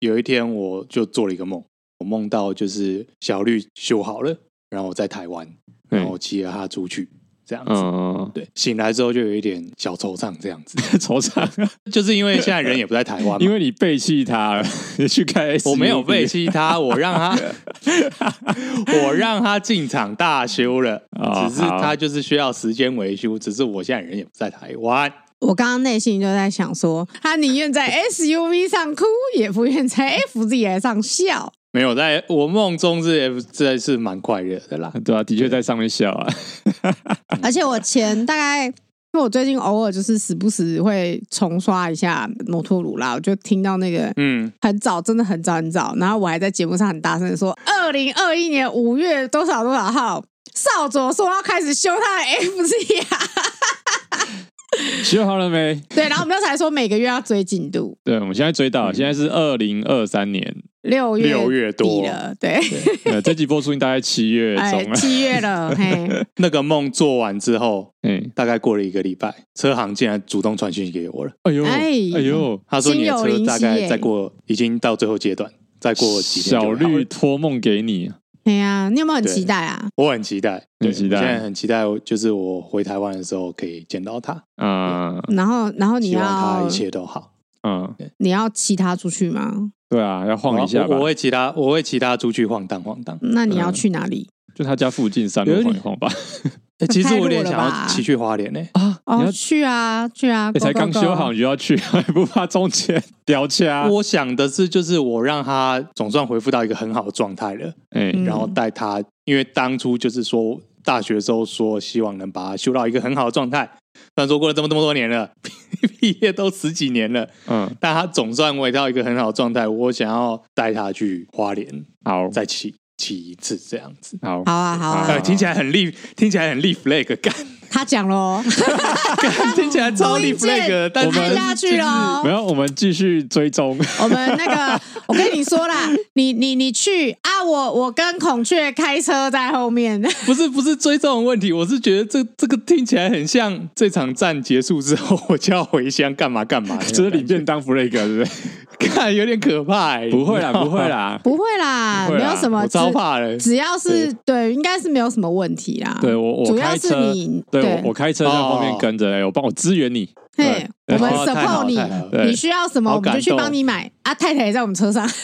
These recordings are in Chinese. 有一天我就做了一个梦，我梦到就是小绿修好了，然后我在台湾，然后我骑着它出去这样子。嗯，对，醒来之后就有一点小 惆怅，这样 子，惆怅，就是因为现在人也不在台湾嘛因，为你背弃他了，你去开，我没有背弃他，我让 他，我让他进场大修了，哦只是好他就是需要时间维修，只是我现在人也不在台湾。我刚刚内心就在想说，他宁愿在 SUV 上哭，也不愿在 FZI 上笑。没有，在我梦中是这是蛮快乐的啦。对啊，的确在上面笑啊，而且我前大概，因为我最近偶尔就是时不时会重刷一下摩托鲁啦，我就听到那个嗯，很早，真的很早很早，然后我还在节目上很大声的说，二零二一年五月多少多少号，少佐说要开始修他的 FZI，修好了没？对，然后我们那时候还说每个月要追进度，对，我们现在追到，现在是二零二三年， 六月六月多底了，对，呃，这集播出应该七月哎中，了，七月了，嘿。 那个梦做完之后，哎，大概过了一个礼拜，车行竟然主动传讯息给我了， 哎呦，哎哎呦，他说你的心有灵车犀大概耶再过已经到最后阶段，再过几天就小会好了绿，托梦给你，哎呀，你有没有很对期待啊？我很期待，对很期待我现在很期待，就是我回台湾的时候可以见到他，啊，嗯然后，然后你希望他要一切都好。嗯，你要骑它出去吗？对啊，要晃一下哦我吧我，会骑他，我会骑他出去晃荡晃荡。那嗯你要去哪里？就他家附近山路晃一晃吧，欸其实我有点太弱了想要吧骑去花莲呢、啊，你要哎哦，去啊，去啊！你才 go, go, 刚 go 修好，，你就要去， 不怕中间掉价？我想的是，就是我让他总算恢复到一个很好的状态了，哎，嗯然后带他，因为当初就是说大学时候说希望能把他修到一个很好的状态。虽然说过了这么这么多年了，毕 业都十几年了，嗯，但他总算回到一个很好的状态。我想要带他去花莲好，再骑骑一次，这样子。好，好啊，好啊呃，啊！听起来很立，听起来很立 flag，干 他讲喽，干，听起来超立意见 flag，的但我是们按下去喽没。有，我们继续追踪。我们那个，我跟你说啦，你你你去啊！我我跟孔雀开车在后面，不是不是追这种问题，我是觉得这这个听起来很像这场战结束之后我就要回乡干嘛干嘛， 这是领便当 flag 对不对？ 看有点可怕、欸。不会啦，不会啦。不会啦，不会没啦有什么我只，超怕了。只要是对，应该是没有什么问题啦。对我，我主要开是车你，对对我，我开车在后面跟着，哎，我帮我支援你。嘿，对我们哦太好 support 了你太好了，对你需要什么好我们就去感动帮你买啊。太太也在我们车上，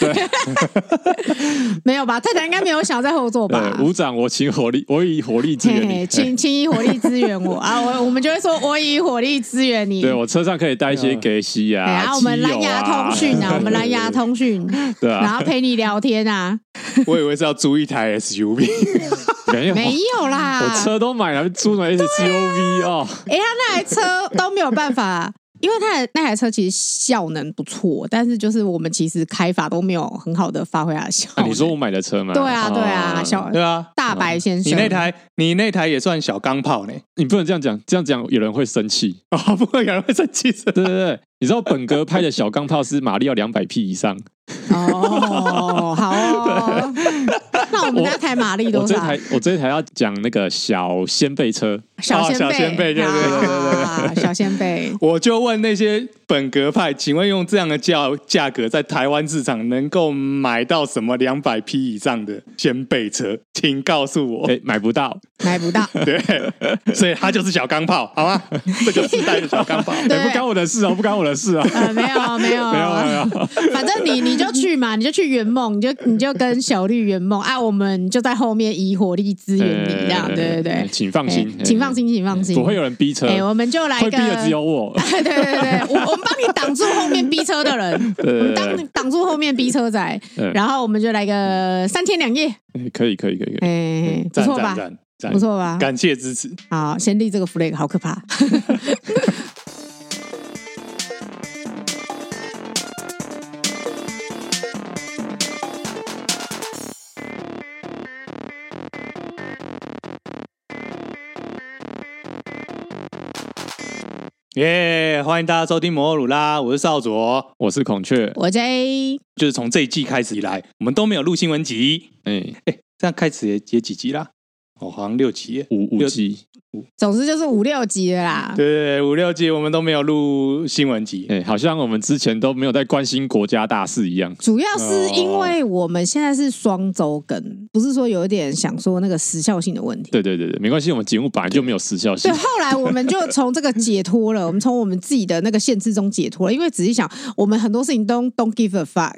没有吧？太太应该没有想要在后座吧对，？吴长，我请火力， 我以火力支嘿援嘿，你。请请以火力支援我啊！我我们就会 说，我以火力支援你。对我车上可以带一些给息哎啊，啊，我们机油蓝牙通讯 啊，我们蓝牙通讯，对然啊，后陪你聊天啊， 我以为是要租一台 SUV，没有，没有啊啦。我车都买了，租什么 SUV 哦？哎，他那台车都没有办法。因为他的那台车其实效能不错，但是就是我们其实开法都没有很好的发挥它的效啊，能。你说我买的车吗？对啊，对啊，哦小对啊，大白先生，你那台你那台也算小钢炮呢，你不能这样讲，这样讲有人会生气。啊，不会有人会生气死。对对对，你知道本格拍的小钢炮是马力要两百匹以上，哦，好哦，那我们那台马力我多这少？台我这台要讲那个小先辈车，啊小哦小先先辈，辈对对对对对啊小先辈。 我就问那些本格派，请问用这样的价价格在台湾市场能够买到什么两百匹以上的掀背车？请告诉我。 哎、买不到，买不到，对，所以它就是小钢炮，好吗？这个时代的小钢炮。哎、对不干我的事啊，不干我的事 啊，呃，没有没没有有没有，没有 反正你你就去嘛，你就去圆梦，你就你就跟小绿圆梦啊，我们就在后面以火力支援你，这样哎对对哎对，请放心，哎哎请放，心，请放心，不会有人逼车，哎，我们就来会个逼的只有我， 对 对对对，我我们帮你挡住后面逼车的人，对我对们当对挡住后面逼车仔，嗯然后我们就来个三天两夜，哎可以可以可以，可以哎，不赞错赞吧？赞赞不，错吧？感谢支持。好，先立这个 flag，好可怕。耶、欢迎大家收听摩尔鲁啦，我是少佐。我是孔雀，我 J，就是从这一季开始以来，我们都没有录新闻集，哎这样开始也也几集啦。哦，好像六集耶，五五有集，总之就是五六集了啦。对对对，五六集我们都没有录新闻集，哎、好像我们之前都没有在关心国家大事一样。主要是因哦为我们现在是双周更，不是说有一点想说那个时效性的问题。对对对对，没关系，我们节目本来就没有时效性对，。后来我们就从这个解脱了，我们从我们自己的那个限制中解脱了，因为仔细想，我们很多事情都 don't give a fuck，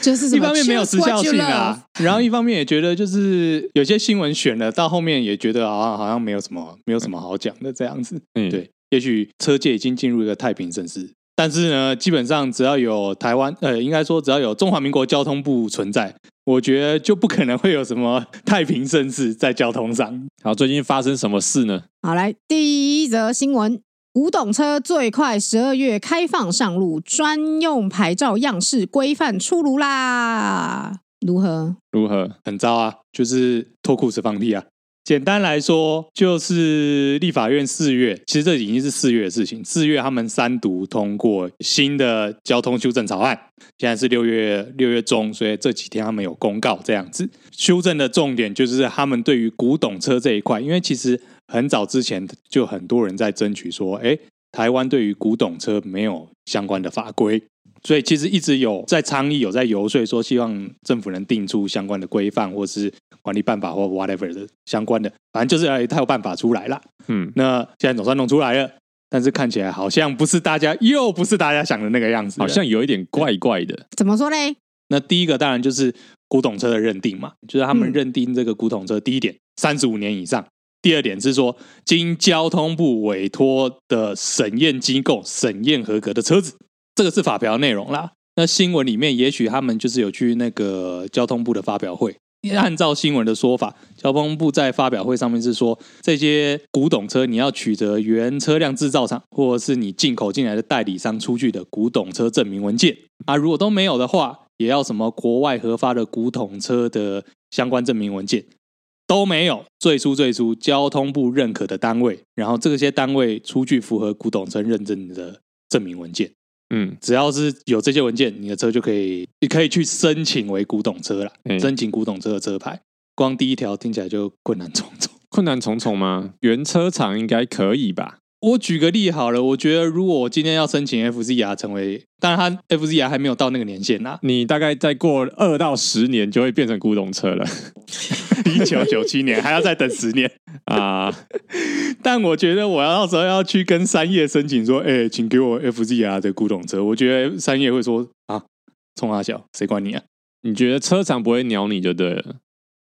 就是什一么方面没有时效 choose what 性 you love 啊，然后一方面也觉得就是有些新闻选了，到后面也觉得好像好像没有什么没有什么好讲的这样子。嗯，对，也许车界已经进入一个太平盛世，但是呢，基本上只要有台湾，呃，应该说只要有中华民国交通部存在，我觉得就不可能会有什么太平盛世在交通上。好，最近发生什么事呢？好，来第一则新闻：古董车最快十二月开放上路，专用牌照样式规范出炉啦！如何？如何？很糟啊，就是脱裤子放屁啊。简单来说，就是立法院四月，其实这已经是四月的事情。四月他们三读通过新的交通修正草案，现在是六月六月中，所以这几天他们有公告这样子。修正的重点就是他们对于古董车这一块，因为其实很早之前就很多人在争取说，哎，台湾对于古董车没有相关的法规，所以其实一直有在倡议，有在游说，说希望政府能定出相关的规范，或是管理办法或 whatever 的相关的，反正就是哎，它有办法出来啦。嗯，那现在总算弄出来了，但是看起来好像不是大家又不是啊大家想的那个样子了，好像有一点怪怪的。怎么说嘞？那第一个当然就是古董车的认定嘛，就是他们嗯认定这个古董车，第一点三十五年以上，第二点是说经交通部委托的审验机构审验合格的车子，这个是法条内容啦。那新闻里面也许他们就是有去那个交通部的发表会。按照新闻的说法，交通部在发表会上面是说，这些古董车你要取得原车辆制造厂或者是你进口进来的代理商出具的古董车证明文件啊，如果都没有的话，也要什么国外核发的古董车的相关证明文件都没有，最初最初交通部认可的单位，然后这些单位出具符合古董车认证的证明文件。嗯，只要是有这些文件，你的车就可以，你可以去申请为古董车啦，嗯申请古董车的车牌。光第一条听起来就困难重重。困难重重吗？原车厂应该可以吧？，我举个例好了，我觉得如果我今天要申请 FZR 成为，当然它 FZR 还没有到那个年限啊啦你大概再过二到十年就会变成古董车了 一九九七年还要再等十年。啊！但我觉得我要到时候要去跟三叶申请说，哎、请给我 FZR 的古董车。我觉得三叶会说啊，冲阿小，谁管你啊？你觉得车厂不会鸟你就对了。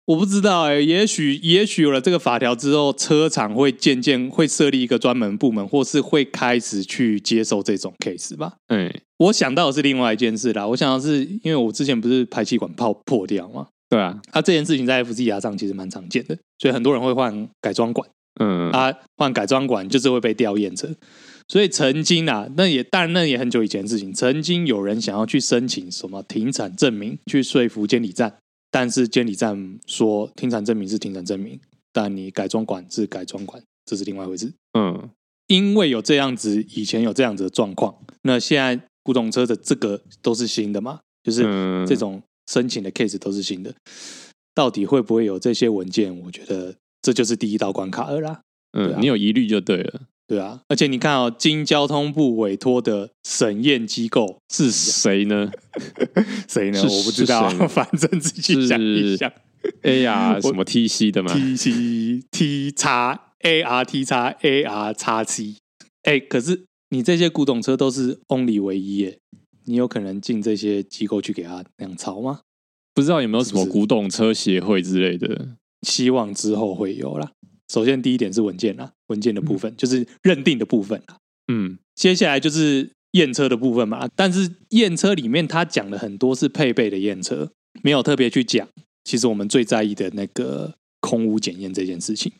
我不知道哎、也许也许有了这个法条之后，车厂会渐渐会设立一个专门部门，或是会开始去接受这种 case 吧。哎、我想到的是另外一件事啦，我想到的是因为我之前不是排气管泡破掉嘛，对啊，啊，这件事情在 FZR 上其实蛮常见的，所以很多人会换改装管。嗯， 啊，换改装管就是会被调验车。所以曾经啊，那也当然那也很久以前的事情，曾经有人想要去申请什么停产证明，去说服监理站，但是监理站说停产证明是停产证明，但你改装管是改装管，这是另外一回事。嗯，因为有这样子，以前有这样子的状况，那现在古董车的这个都是新的嘛，就是嗯这种申请的 case 都是新的，到底会不会有这些文件？我觉得这就是第一道关卡了啦。对啊嗯，你有疑虑就对了。对啊，而且你看哦，经交通部委托的审验机构是谁呢？ 谁呢？是我不知道是谁，呢反正自己想一想。哎呀，我什么 TC 的嘛？ T C T 叉 A R T 叉 A R 叉 C，哎，可是你这些古董车都是 only 唯一耶，你有可能进这些机构去给他那样抄吗？不知道有没有什么是不是古董车协会之类的？希望之后会有啦。首先第一点是文件啦，文件的部分、就是认定的部分啦。嗯，接下来就是验车的部分嘛，但是验车里面他讲的很多是配备的验车，没有特别去讲。其实我们最在意的那个空污检验这件事情，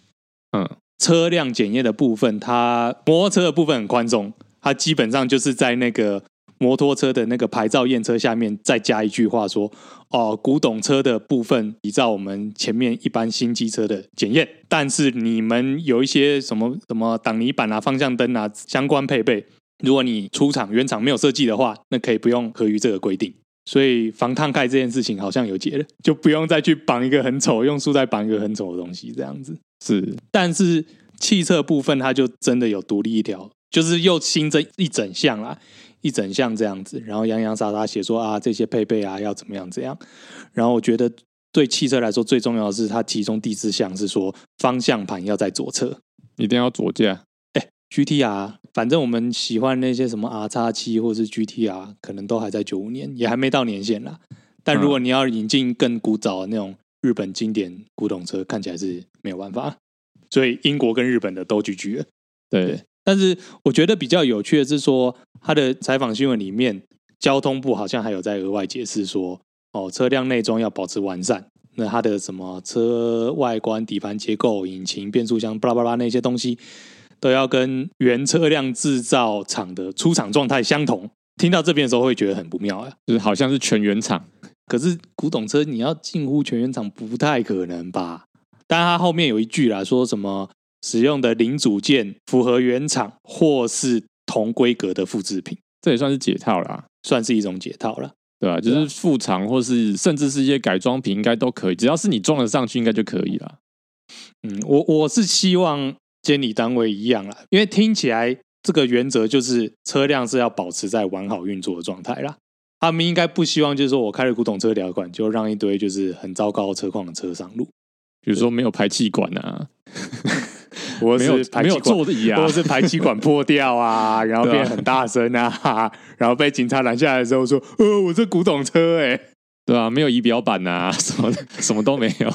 嗯，车辆检验的部分，它摩托车的部分很宽松，它基本上就是在那个摩托车的那个牌照验车下面再加一句话说，哦，古董车的部分依照我们前面一般新机车的检验，但是你们有一些什么什么挡泥板啊、方向灯啊相关配备，如果你出厂原厂没有设计的话，那可以不用合于这个规定。所以防烫盖这件事情好像有解了， 就不用再去绑一个很丑，用束带绑一个很丑的东西这样子。是但是汽车部分，它就真的有独立一条，就是又新增一整项啦，一整项这样子。然后洋洋洒洒写说啊，这些配备啊要怎么样怎样。然后我觉得对汽车来说最重要的是，它其中第四项是说方向盘要在左侧。一定要左驾， GTR，反正我们喜欢那些什么 R 叉七或是 GTR，可能都还在九五年，也还没到年限啦。但如果你要引进更古早的那种日本经典古董车，看起来是没有办法。所以英国跟日本的都 GG 了。对，但是我觉得比较有趣的是说，他的采访新闻里面，交通部好像还有在额外解释说，哦，车辆内装要保持完善。那它的什么车外观、底盘结构、引擎、变速箱、巴拉巴拉那些东西，都要跟原车辆制造厂的出厂状态相同。听到这边的时候会觉得很不妙啊！就是好像是全原厂，可是古董车你要近乎全原厂不太可能吧？但它后面有一句啦，说什么使用的零组件符合原厂或是同规格的复制品，这也算是解套啦，算是一种解套了。对吧、就对啊是副厂或是甚至是一些改装品，应该都可以，只要是你装得上去，应该就可以啦。嗯，我我是希望监理单位一样啦，因为听起来这个原则就是车辆是要保持在完好运作的状态啦。他们应该不希望就是说我开了古董车条款，就让一堆就是很糟糕车况的车上路，比如说没有排气管啊，我没有是排没气有管座椅啊或，是排气管破掉啊，然后变很大声啊，然后被警察拦下来的时候说：“呃，我这古董车哎、对啊，没有仪表板啊，什么的什么都没 有，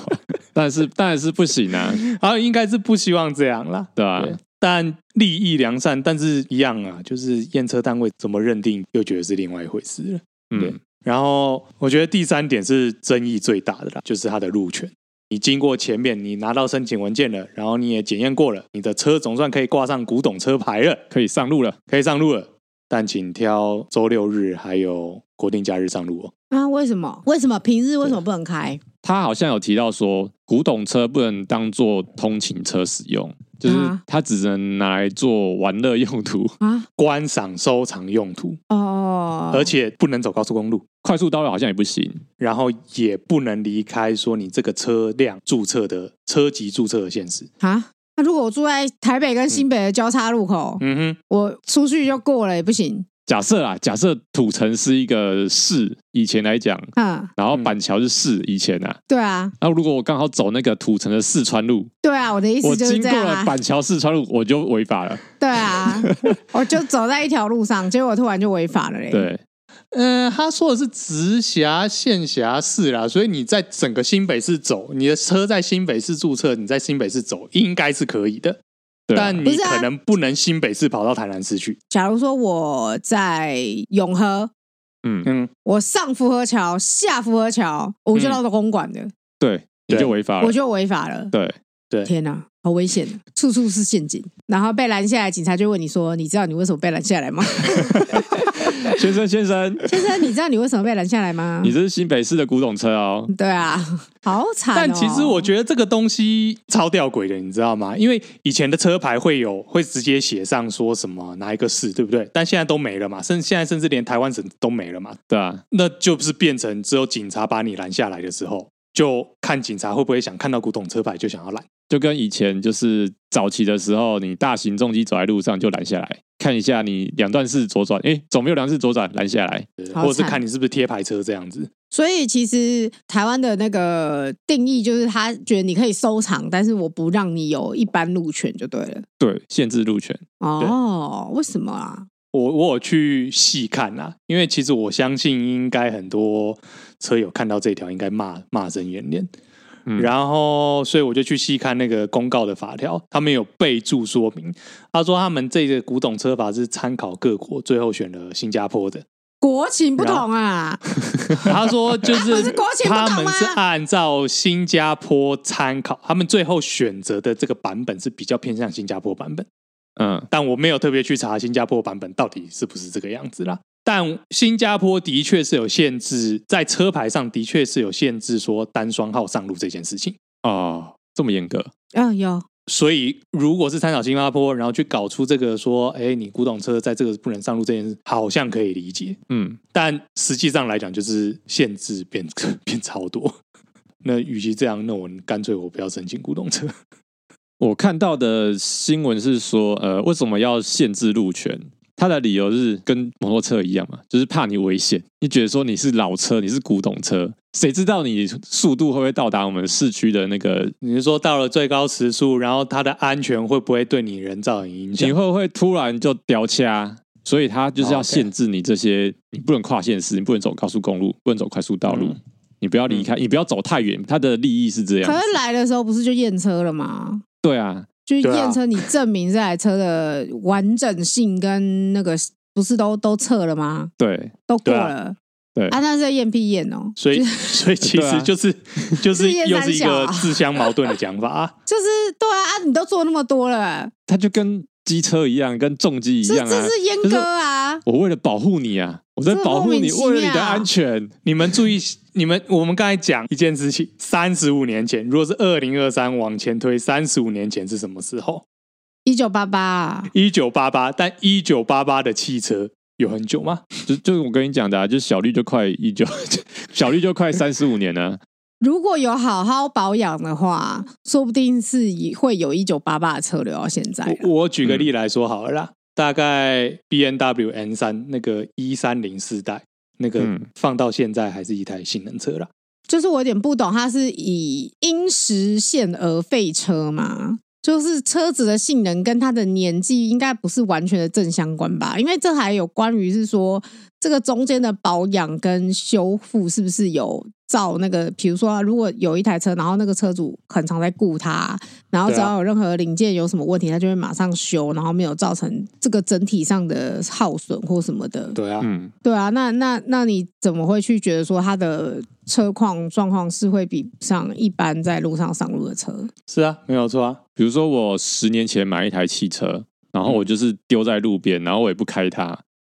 但是当然是不行啊，啊，应该是不希望这样啦。对啊吧、对但利益良善，但是一样啊，就是验车单位怎么认定，又觉得是另外一回事了。嗯，然后我觉得第三点是争议最大的啦，就是它的路权。你经过前面，你拿到申请文件了，然后你也检验过了，你的车总算可以挂上古董车牌了，可以上路了。可以上路了。但请挑周六日还有国定假日上路哦。啊，为什么？为什么平日为什么不能开？他好像有提到说，古董车不能当做通勤车使用，就是啊它只能拿来做玩乐用途。啊，观赏、收藏用途，哦，而且不能走高速公路，快速道路好像也不行，然后也不能离开说你这个车辆注册的车籍注册的限制。啊，那如果我住在台北跟新北的交叉路口，嗯哼，我出去就过了也不行。假设啊，假设土城是一个市，以前来讲，嗯，然后嗯板桥是市，以前啊，对啊，那如果我刚好走那个土城的四川路，对啊，我的意我思就是经这过样了啊。板桥四川路，我就违法了。对 啊，我就走在一条路上，结果突然就违法了嘞。，对，嗯、他说的是直辖县辖市啦，所以你在整个新北市走，你的车在新北市注册，你在新北市走应该是可以的，对啊但不你是啊可能不能新北市跑到台南市去。假如说我在永和，嗯，嗯，我上福和桥，下福和桥，我就嗯到了公馆的，对，你对就违法我了。就违法了。对，对 天哪、好危险啊，处处是陷阱。然后被拦下来，警察就问你说：“你知道你为什么被拦下来吗？” 先生先生，先生，你知道你为什么被拦下来吗你？这是新北市的古董车哦。对啊，好惨、哦。但其实我觉得这个东西超吊诡的，你知道吗？因为以前的车牌会有会直接写上说什么哪一个市，对不对？但现在都没了嘛，甚现在甚至连台湾省都没了嘛，对啊，那就是变成只有警察把你拦下来的时候，就看警察会不会想看到古董车牌就想要拦。就跟以前就是早期的时候，你大型重机走在路上就拦下来看一下，你两段式左转，诶，总没有两式左转，拦下来。对好或者是惨看你是不是贴牌车这样子，所以其实台湾的那个定义就是，他觉得你可以收藏，但是我不让你有一般路权就对了。对，限制路权。哦，为什么啊？我我有去细看啊，因为其实我相信应该很多车友看到这条应该骂骂声连连，嗯然后所以我就去细看那个公告的法条，他们有备注说明，他说他们这个古董车法是参考各国，最后选了新加坡的， 国情不同啊，他说就啊不是是国情不他同们是吗按照新加坡参考，他们最后选择的这个版本是比较偏向新加坡版本。嗯，但我没有特别去查新加坡版本到底是不是这个样子啦。但新加坡的确是有限制，在车牌上的确是有限制，说单双号上路这件事情。哦，这么严格。嗯、有所以，如果是参考新加坡，然后去搞出这个说，哎，你古董车在这个不能上路这件事，好像可以理解，嗯，但实际上来讲，就是限制变变超多。 那与其这样，那我干脆我不要申请古董车。我看到的新闻是说，呃，为什么要限制路权？他的理由是跟摩托车一样嘛，就是怕你危险。你觉得说你是老车，你是古董车，谁知道你速度会不会到达我们市区的那个？你是说到了最高时速，然后它的安全会不会对你人造成影你响？会不会突然就掉掐？所以他哦就是要 OK 限制你这些，你不能跨县市，你不能走高速公路，不能走快速道路，嗯你不要离开，你不要走太远。他的利益是这样可子，是来的时候不是就验车了吗？对啊，就是对啊验车，你证明这台车的完整性跟那个不是都都测了吗？对，都过对啊了。对啊，那是在验屁验哦，所以， 所以其对啊实 就是、就自是己也又是一胆小个啊自相矛盾的讲法啊。就是对啊，啊你都做那么多了，他就跟机车一样，跟重机一这样这啊。是阉割啊！我为了保护你啊，我在这保护莫名你，其为了你的妙安全。你们注意，你们我们刚才讲一件事情，三十五年前，如果是二零二三往前推，三十五年前是什么时候？一九八啊八，一九八八，但一九八八的汽车有很久吗？就就是我跟你讲的、啊，就是小绿就快一九， 小绿就快三十五年啊了。如果有好好保养的话，说不定是以会有一九八八的车流到现在啊。嗯我我举个例来说好了啦，大概 B N W N 三那个一三零四代，那个嗯放到现在还是一台性能车啦。就是我有点不懂，它是以因时限而废车嘛？就是车子的性能跟它的年纪应该不是完全的正相关吧？因为这还有关于是说这个中间的保养跟修复是不是有照那个，比如说啊如果有一台车，然后那个车主很常在雇它，然后只对啊要有任何零件有什么问题，他就会马上修，然后没有造成这个整体上的耗损或什么的。对啊，嗯，对啊，那那那你怎么会去觉得说他的车况状况是会比不上一般在路上上路的车？是啊，没有错啊。比如说我十年前买一台汽车，然后我就是丢在路边，然后我也不开它，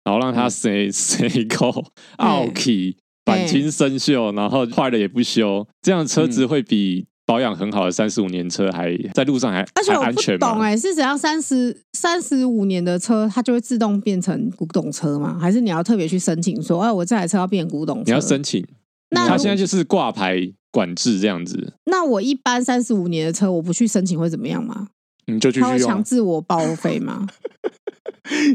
然后让它 谁谁够傲气，钣金生锈，然后坏了也不修，这样车子会比保养很好的三十五年车还在路上还而且还我安不全懂吗？哎、是怎样三十三十五年的车，它就会自动变成古董车吗？还是你要特别去申请说，哎，我这台车要变古董车？你要申请，那它如现在就是挂牌管制这样子。那我一般三十五年的车，我不去申请会怎么样吗？你就继他续会用强啊，制我报废吗？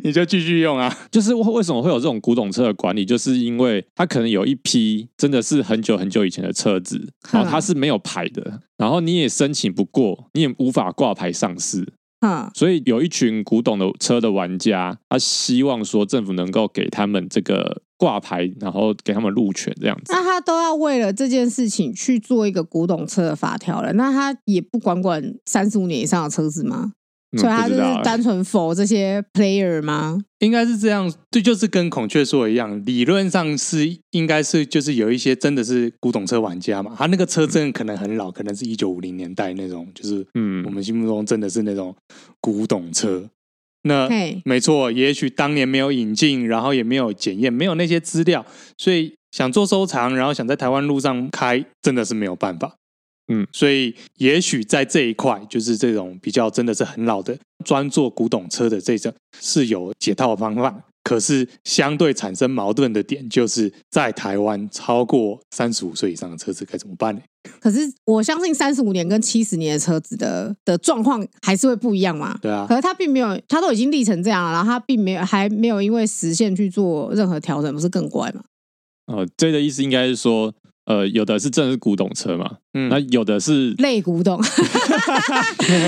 你就继续用啊。就是为为什么会有这种古董车的管理，就是因为它可能有一批真的是很久很久以前的车子，哼然后它是没有牌的，然后你也申请不过，你也无法挂牌上市，嗯，所以有一群古董的车的玩家，他希望说政府能够给他们这个挂牌，然后给他们路权这样子。那他都要为了这件事情去做一个古董车的法条了，那他也不管管三十五年以上的车子吗？嗯所以他不就知是道欸单纯否这些 player 吗？应该是这样，这就是跟孔雀说的一样，理论上是应该是就是有一些真的是古董车玩家嘛，他那个车真的可能很老，可能是一九五零年代那种，就是我嗯，们心目中真的是那种古董车。呃那嘿没错，也许当年没有引进，然后也没有检验，没有那些资料，所以想做收藏，然后想在台湾路上开，真的是没有办法。嗯，所以也许在这一块，就是这种比较真的是很老的，专做古董车的这种是有解套的方法。可是相对产生矛盾的点，就是在台湾超过三十五岁以上的车子该怎么办呢？可是我相信三十五年跟七十年的车子的的状况还是会不一样嘛。对啊可，是他并没有，他都已经立成这样了，然后他并没有还没有因为实现去做任何调整，不是更怪吗？呃，这个意思应该是说，呃，有的是真的是古董车嘛，嗯那有的是类古董， 对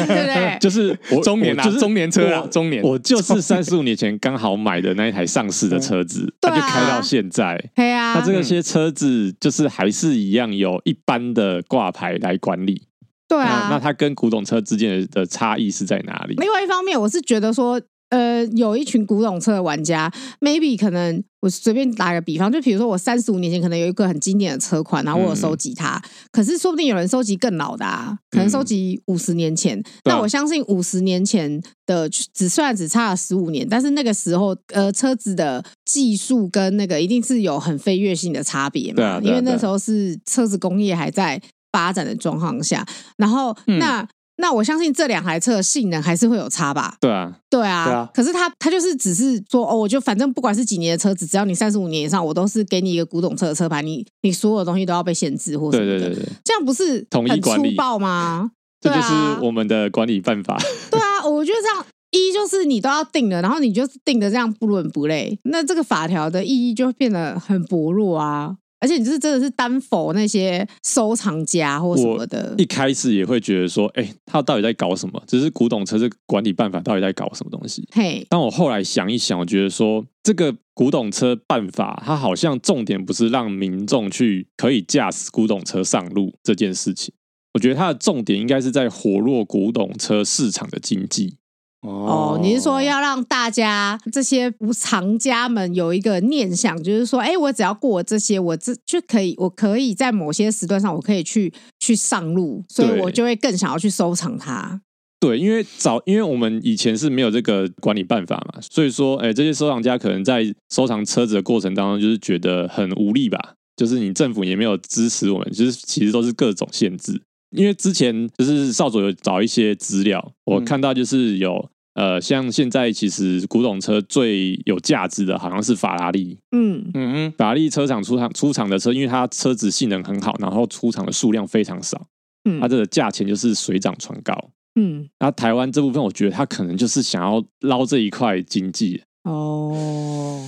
不 对？就是我中年啦我就是中年车啦我中年我就是三十五年前刚好买的那一台上市的车子，它对就啊开到现在。对啊那，这个些车子就是还是一样有一般的挂牌来管理。对那那啊。它跟古董车之间的的差异是在哪里？另外一方面，我是觉得说，呃，有一群古董车的玩家，maybe 可能我随便打个比方，就比如说我三十五年前可能有一个很经典的车款，然后我有收集它，可是说不定有人收集更老的啊，可能收集五十年前。对啊那我相信五十年前的只虽然只差了十五年，但是那个时候呃车子的技术跟那个一定是有很飞跃性的差别嘛，对啊对啊因为对那啊时候是车子工业还在。发展的状况下，然后、嗯那那我相信这两台车的性能还是会有差吧？对啊，对啊，对啊可是他他就是只是说哦，我就反正不管是几年的车子，只要你三十五年以上，我都是给你一个古董车的车牌，你你所有东西都要被限制或什对么的，对对对，这样不是统一很管理粗暴吗？这对就啊是我们的管理办法。对啊，我觉得这样一就是你都要定了，然后你就定的这样不伦不类，那这个法条的意义就会变得很薄弱啊。而且你就是真的是单否那些收藏家或什么的，一开始也会觉得说，哎、他到底在搞什么？只是古董车这个管理办法到底在搞什么东西？嘿，但我后来想一想，我觉得说这个古董车办法，它好像重点不是让民众去可以驾驶古董车上路这件事情，我觉得它的重点应该是在活络古董车市场的经济。哦，你是说要让大家这些无藏家们有一个念想，就是说，哎，我只要过这些，我这就可以，我可以在某些时段上，我可以去去上路，所以对我就会更想要去收藏它。对，因为早，因为我们以前是没有这个管理办法嘛，所以说，哎，这些收藏家可能在收藏车子的过程当中，就是觉得很无力吧，就是你政府也没有支持我们，就是其实都是各种限制。因为之前就是少佐有找一些资料，我嗯看到就是有、呃，像现在其实古董车最有价值的好像是法拉利，嗯嗯法拉利车厂出厂出厂的车，因为它车子性能很好，然后出厂的数量非常少，嗯它的价钱就是水涨船高。嗯，那台湾这部分，我觉得他可能就是想要捞这一块经济。哦，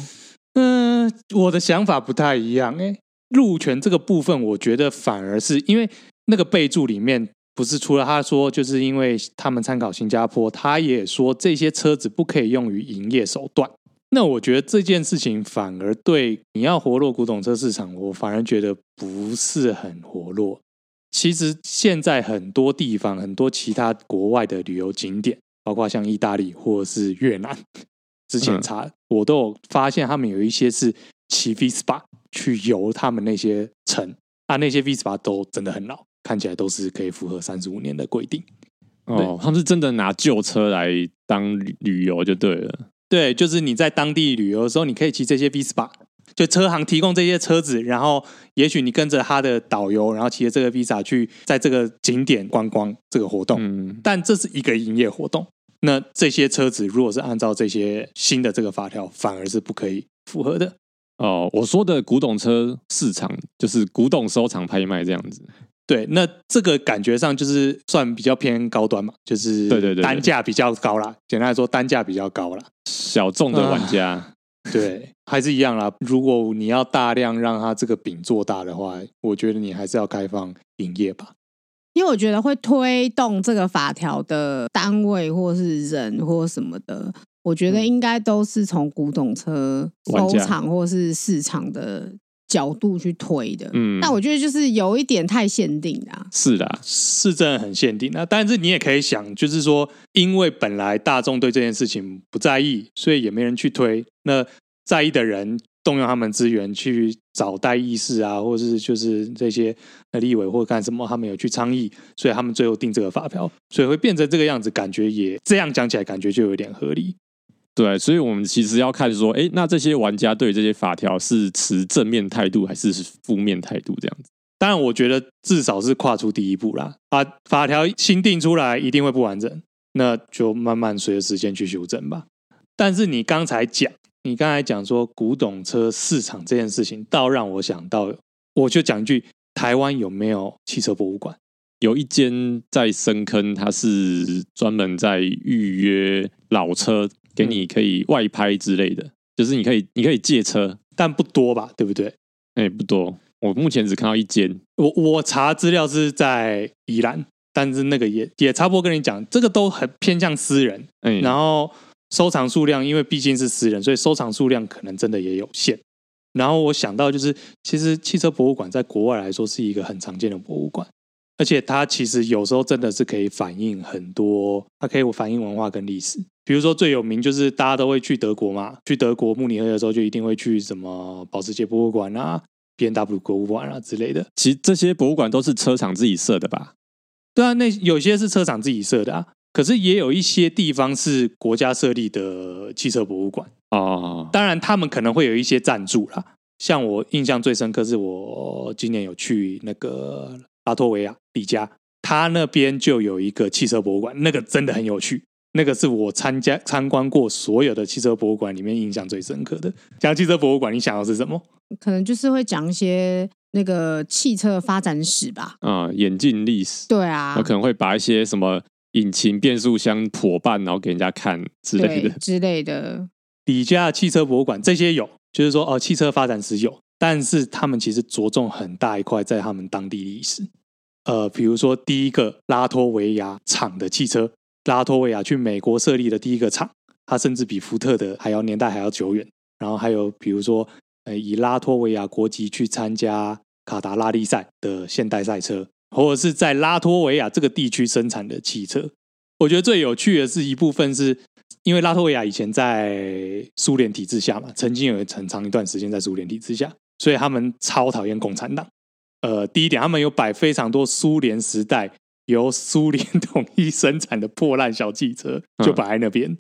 嗯，我的想法不太一样诶、路权这个部分，我觉得反而是因为那个备注里面不是除了他说，就是因为他们参考新加坡，他也说这些车子不可以用于营业手段。那我觉得这件事情反而对你要活络古董车市场，我反而觉得不是很活络。其实现在很多地方，很多其他国外的旅游景点，包括像意大利或者是越南，之前嗯查、我都有发现，他们有一些是骑 V SPA 去游他们那些城，啊，那些 V SPA 都真的很老，看起来都是可以符合三十五年的规定。哦，他们是真的拿旧车来当旅旅游就对了。对，就是你在当地旅游的时候，你可以骑这些 V SPA，就车行提供这些车子，然后也许你跟着他的导游，然后骑着这个 V SPA 去在这个景点观光这个活动。嗯，但这是一个营业活动。那这些车子如果是按照这些新的这个法条，反而是不可以符合的。哦，我说的古董车市场就是古董收藏拍卖这样子。对，那这个感觉上就是算比较偏高端嘛，就是对对对对单价比较高啦。简单来说，单价比较高啦。小众的玩家， 对，还是一样啦。如果你要大量让它这个饼做大的话，我觉得你还是要开放营业吧。因为我觉得会推动这个法条的单位或是人或什么的，我觉得应该都是从古董车嗯玩收家藏或是市场的角度去推的。嗯，但我觉得就是有一点太限定啦、是啦，是真的很限定。那但是你也可以想，就是说，因为本来大众对这件事情不在意，所以也没人去推。那在意的人动用他们资源去找代议士啊，或是就是这些呃立委或干什么，他们有去倡议，所以他们最后定这个法条，所以会变成这个样子。感觉也这样讲起来，感觉就有点合理。对，所以我们其实要看说，哎，那这些玩家对这些法条是持正面态度还是负面态度这样子？当然，我觉得至少是跨出第一步啦。啊，法条新定出来一定会不完整，那就慢慢随着时间去修正吧。但是你刚才讲，你刚才讲说古董车市场这件事情，倒让我想到，我就讲一句：台湾有没有汽车博物馆？有一间在深坑，它是专门在预约老车，给嗯你可以外拍之类的，就是你可以你可以借车，但不多吧，对不对？哎、不多，我目前只看到一间，我我查资料是在宜兰，但是那个也也差不多跟你讲，这个都很偏向私人，哎、然后收藏数量，因为毕竟是私人，所以收藏数量可能真的也有限。然后我想到就是，其实汽车博物馆在国外来说是一个很常见的博物馆，而且它其实有时候真的是可以反映很多，它可以反映文化跟历史。比如说最有名就是大家都会去德国嘛，去德国慕尼黑的时候就一定会去什么保时捷博物馆啊、B N W 博物馆啊之类的。其实这些博物馆都是车厂自己设的吧？对啊，那有些是车厂自己设的啊，可是也有一些地方是国家设立的汽车博物馆。哦，当然，他们可能会有一些赞助啦。像我印象最深刻是我今年有去那个拉脱维亚利加，他那边就有一个汽车博物馆，那个真的很有趣。那个是我参加参观过所有的汽车博物馆里面印象最深刻的。讲汽车博物馆，你想到是什么？可能就是会讲一些那个汽车的发展史吧。啊、演进历史，对啊我，可能会把一些什么引擎变速箱破半，然后给人家看之类的。对之类的，底下汽车博物馆这些有，就是说哦，汽车发展史有，但是他们其实着重很大一块在他们当地历史。呃，比如说第一个拉脱维亚厂的汽车，拉脱维亚去美国设立的第一个厂，它甚至比福特的还要年代还要久远。然后还有比如说，呃，以拉脱维亚国籍去参加卡达拉力赛的现代赛车，或者是在拉脱维亚这个地区生产的汽车，我觉得最有趣的是一部分是因为拉脱维亚以前在苏联体制下嘛，曾经有很长一段时间在苏联体制下，所以他们超讨厌共产党。呃，第一点，他们有摆非常多苏联时代由苏联 统一生产的破烂小汽车，嗯就摆在那边。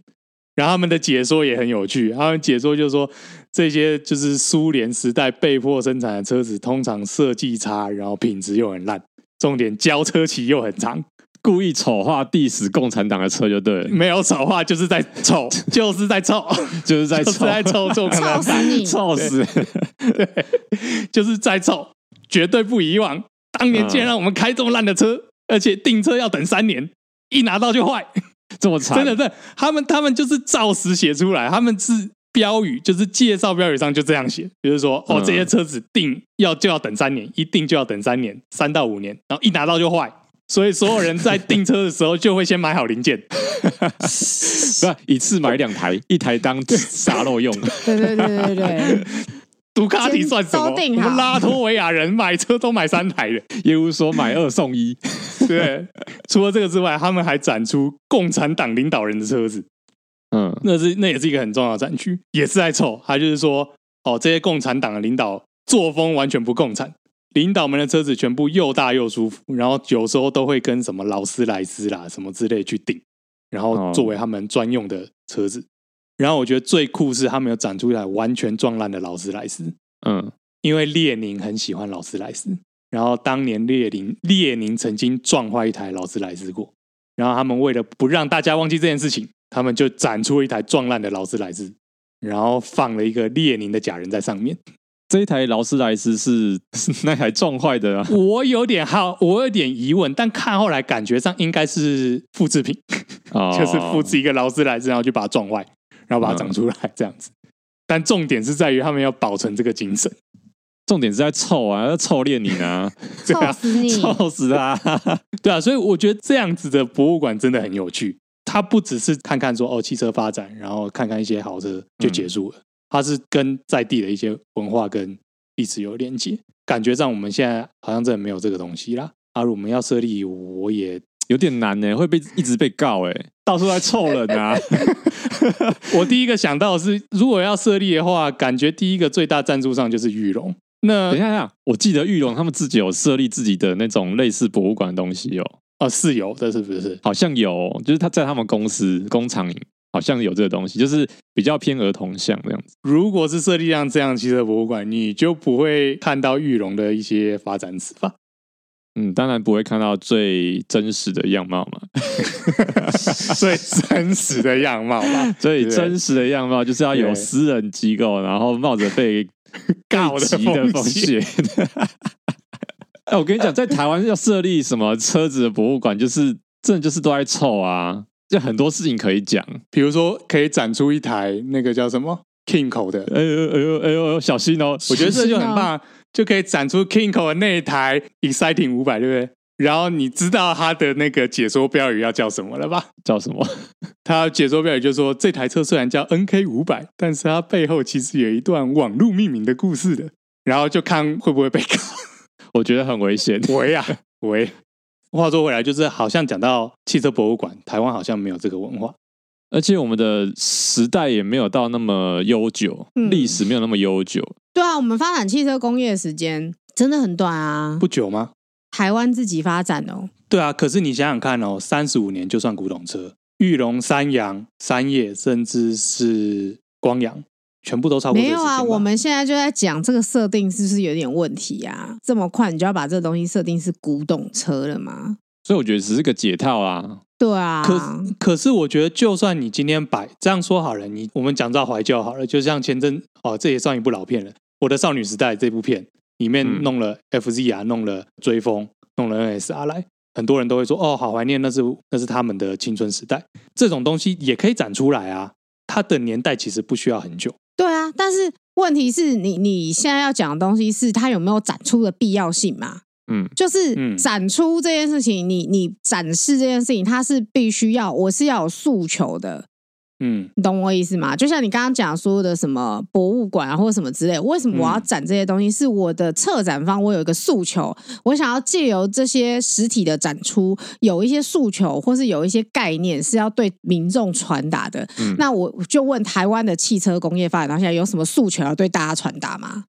然后他们的解说也很有趣，他们解说就说这些就是苏联时代被迫生产的车子，通常设计差，然后品质又很烂，重点交车期又很长。故意丑化 diss 共产党的车就对了，没有丑话，就是在 丑，就是在臭，就是在就臭，是在臭臭， 操死你！臭死！ 就是在臭，绝对不以往。当嗯年竟然让我们开这么烂的车，而且订车要等三年，一拿到就坏，这么惨，真的，真的，他们他们就是照实写出来，他们是标语，就是介绍标语上就这样写，就是说哦，嗯这些车子订要就要等三年，一定就要等三年，三到五年，然后一拿到就坏。所以所有人 在订车的时候就会先买好零件，不是一次买两台，一台当沙漏用。对对对对对， 杜卡迪算什么？都我订们好拉脱维亚人买车都买三台的，业务说买二送一，对，除了这个之外，他们还展出共产党领导人的车子，嗯，那是那也是一个很重要的展区，也是在凑。他就是说，哦，这些共产党的领导作风完全不共产，领导们的车子全部又大又舒服，然后有时候都会跟什么劳斯莱斯啦什么之类去订，然后哦作为他们专用的车子。然后我觉得最酷是他们有展出一台完全撞烂的劳斯莱斯，嗯，因为列宁很喜欢劳斯莱斯，然后当年列宁列宁曾经撞坏一台劳斯莱斯过，然后他们为了不让大家忘记这件事情，他们就展出一台撞烂的劳斯莱斯，然后放了一个列宁的假人在上面。这一台劳斯莱斯是 那台撞坏的啊，我有点好，我有点疑问，但看后来感觉上应该是复制品，哦就是复制一个劳斯莱斯，然后就把它撞坏，然后把它长出来这样子。但重点是在于他们要保存这个精神。重点是在臭啊，要臭练你啊，对啊操死你！臭死啊！ 对啊，所以我觉得这样子的博物馆真的很有趣。它不只是看看说哦汽车发展，然后看看一些豪车就结束了，它是跟在地的一些文化跟历史有连接。感觉上我们现在好像真的没有这个东西啦。啊，如果我们要设立，我也有点难呢、会被一直被告哎、到处在臭人 啊，我第一个想到的是，如果要设立的话，感觉第一个最大赞助上就是玉龙。那等一下，等一下，我记得玉龙他们自己有设立自己的那种类似博物馆的东西哦，哦，是有的，是不是？好像有哦，就是他在他们公司工厂好像有这个东西，就是比较偏儿童向这样子。如果是设立像这样汽车博物馆，你就不会看到玉龙的一些发展史吧？嗯，当然不会看到最真实的样貌嘛， 最真实的样貌吧。所以对真实的样貌就是要有对私人机构，然后冒着被告告的急的风风险。 哎、我跟你讲，在台湾要设立什么车子的博物馆，就是真的就是都在臭啊，就很多事情可以讲。 比如说，可以展出一台那个叫什么 Kingo 的， 哎呦哎呦哎呦哎呦，小心哦！我觉得这就很是吗棒，就可以展出 Kingo 的那一台 Exciting 五百，对不对？然后你知道它的那个解说标语要叫什么了吧？叫什么？ 它解说标语就说，这台车虽然叫 NK 五百，但是它背后其实有一段网路命名的故事的。然后就看会不会被告。 我觉得很危险。喂呀、喂！话说回来，就是好像讲到汽车博物馆，台湾好像没有这个文化。而且我们的时代也没有到那么悠久，嗯历、史没有那么悠久。对啊，我们发展汽车工业的时间真的很短啊，不久吗？台湾自己发展哦。对啊，可是你想想看哦，三十五年就算古董车，玉龙、三洋、三叶，甚至是光阳，全部都超过这没个有啊，时间吧我们现在就在讲这个设定是不是有点问题啊？这么快你就要把这东西设定是古董车了吗？所以我觉得只是个解套啊。对啊，可可是我觉得，就算你今天摆这样说好了，你我们讲到怀旧好了，就像前阵哦，这也算一部老片了，《我的少女时代》这部片里面嗯弄了 FZ 啊，弄了追风，弄了 NSR 来，很多人都会说哦，好怀念，那是那是他们的青春时代。这种东西也可以展出来啊，它的年代其实不需要很久。对啊，但是问题是你你现在要讲的东西是它有没有展出的必要性嘛？嗯，就是嗯展出这件事情，你你展示这件事情，它是必须要，我是要有诉求的，嗯，你懂我意思吗？就像你刚刚讲说的什么博物馆啊，或者什么之类，为什么我要嗯展这些东西？是我的策展方，我有一个诉求，我想要借由这些实体的展出，有一些诉求，或是有一些概念是要对民众传达的。嗯那我就问台湾的汽车工业发展到现在有什么诉求要对大家传达吗？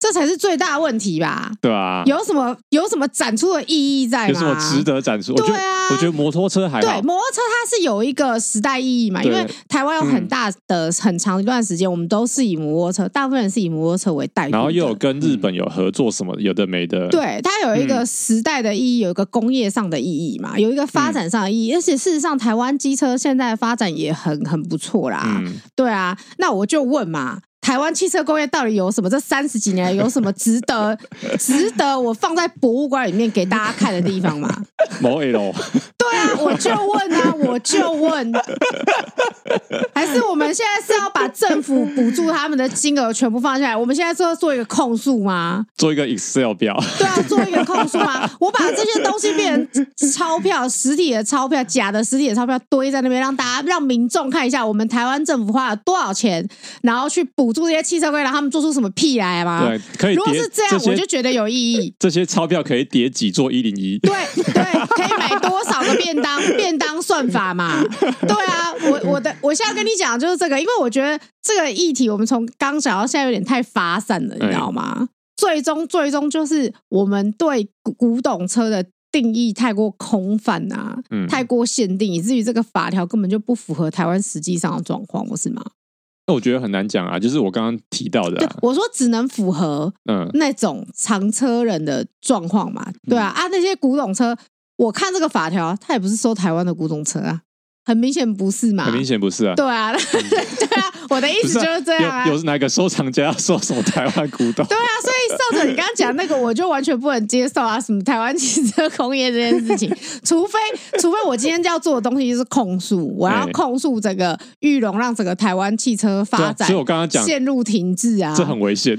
这才是最大问题吧？对啊，有什么有什么展出的意义在吗？有什么值得展示？我觉得对啊我觉得摩托车还对，好，摩托车它是有一个时代意义嘛，因对为台湾有很嗯大的、很长一段时间，我们都是以摩托车，大部分人是以摩托车为代步的。嗯然后又有跟日本有合作什么有的没的，对它有一个时代的意义，有一个工业上的意义嘛，有一个嗯发展上的意义，而且事实上，台湾机车现在的发展也很很不错啦。嗯，对啊，那我就问嘛，台湾汽车工业到底有什么？这三十几年来有什么值得 值得我放在博物馆里面给大家看的地方嘛？某 L 对啊，我就问啊，我就问，还是我们现在是要把政府补助他们的金额全部放下来？我们现在是要做一个控诉吗？做一个 Excel 表，对啊，做一个控 诉吗？我把这些东西变成钞票，实体的钞票、假的实体的钞票堆在那边，让大家让民众看一下，我们台湾政府花了多少钱，然后去补助这些汽车工业，让他们做出什么屁来吗？对，可以啊如果叠是这样，些我就觉得有意义。这些钞票可以叠几座一零一，对对，可以买多少个便 当？便当算法嘛？对啊，我我的我现在跟你讲就是这个，因为我觉得这个议题我们从刚讲到现在有点太发散哎了，你知道吗？最终最终就是我们对古古董车的定义太过空泛啊，嗯，太过限定，以至于这个法条根本就不符合台湾实际上的状况，不是吗？那我觉得很难讲啊，就是我刚刚提到的对啊，，我说只能符合嗯，那种长车人的状况嘛，对啊，嗯啊那些古董车，我看这个法条，啊他也不是收台湾的古董车啊，很明显不是嘛，很明显不是啊，对啊， 对啊，我的意不思是就是这样啊，有有哪个收藏家要收什么台湾古董？对啊，所以照着你刚刚讲那个，我就完全不能接受啊！什么台湾汽车工业这件事情，除非除非我今天要做的东西就是控诉，我要哎控诉整个玉龙，让整个台湾汽车对发啊展，所以我刚刚讲陷入停滞啊， 这很危险，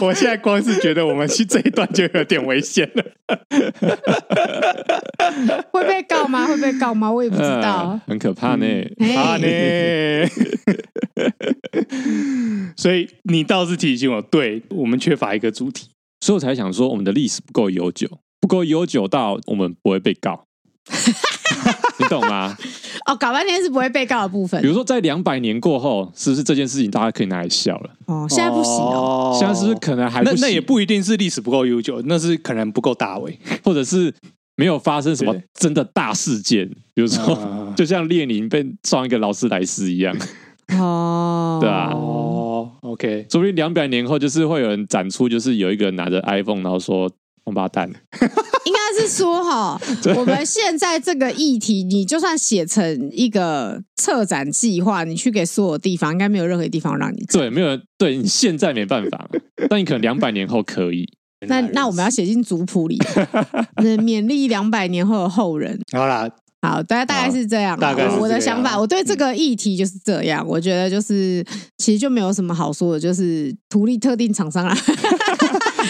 我现在光是觉得我们去这一段就有点危险了。会被告吗？会被告吗？我也不知道啊嗯。很可怕呢。哎啊 呢。所以你倒是提醒我，对我们缺乏一个主题。所以我才想说，我们的历史不够悠久，不够悠久到我们不会被告，你懂吗？哦，搞半天是不会被告的部分比如说，在两百年过后，是不是这件事情大家可以拿来笑了？哦，现在不行哦。现在是不是可能还不那那也行不一定是历史不够悠久，那是可能不够大位。或者是没有发生什么对真的大事件，比如啊说， 就像列宁被撞一个劳斯莱斯一样， 哦，对啊哦，OK，说不定两百年后就是会有人展出，就是有一个人拿着 iPhone，然后说“王八蛋应该是 说哈，我们现在这个议题，你就算写成一个策展计划，你去给所有地方，应该没有任何地方让你”，讲。对，没有人对你现在没办法，但你可能两百年后可以。 那那我们要写进族谱里，那勉励两百年后的后人。好啦，好，大概大概是这样大啦。概是这样我的想法，我对嗯这个议题就是这样。我觉得就是其实就没有什么好说的，就是图利特定厂商啦，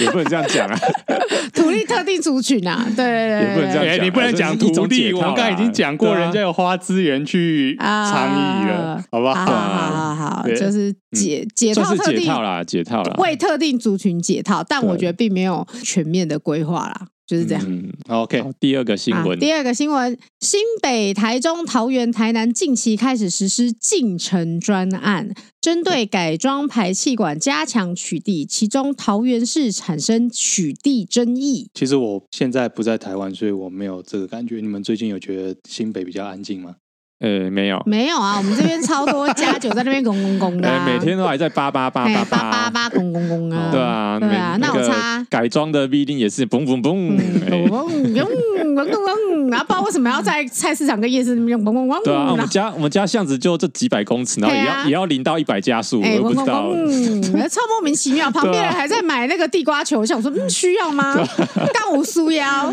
也不能这样讲啊， 图利特定族群啊，对对也对对不能这样哎，讲你不能讲这是一徒种弟，解我套啦们刚才已经讲过，对啊人家有花资源去啊倡议了，好不好好好好好，对就是解解算套嗯是特解定套啦，解套啦。嗯为特定族群解套，但对我觉得并没有全面的规划啦，就是这样。嗯， ？OK，好，第二个新啊闻，第二个新闻：新北、台中、桃园、台南近期开始实施进城专案，针对改装排气管加强取缔，其中桃园市产生取缔争议。其实我现在不在台湾，所以我没有这个感觉。你们最近有觉得新北比较安静吗？诶，没有，没有啊，我们这边超多加九在那边拱拱拱的、诶， 啊，哎每天都还在八八八哎八八八八。八拱拱拱啊，对啊，对啊，每那那我个差。改装的必定也是嘣嘣嘣，哎嗯， 嗡诶嗡嗡嗡嗡，然后不知道为什么要在菜市场跟夜市那边嗡嗡嗡，对啊，啊我然们后家我们家巷子就这几百公尺，然后也对啊要也要零到一百加速，我哎也嗡不知嗡道。啊嗡，哎超莫名其妙，旁边人还在买那个地瓜球，我想说嗯需要吗？ 干我输腰，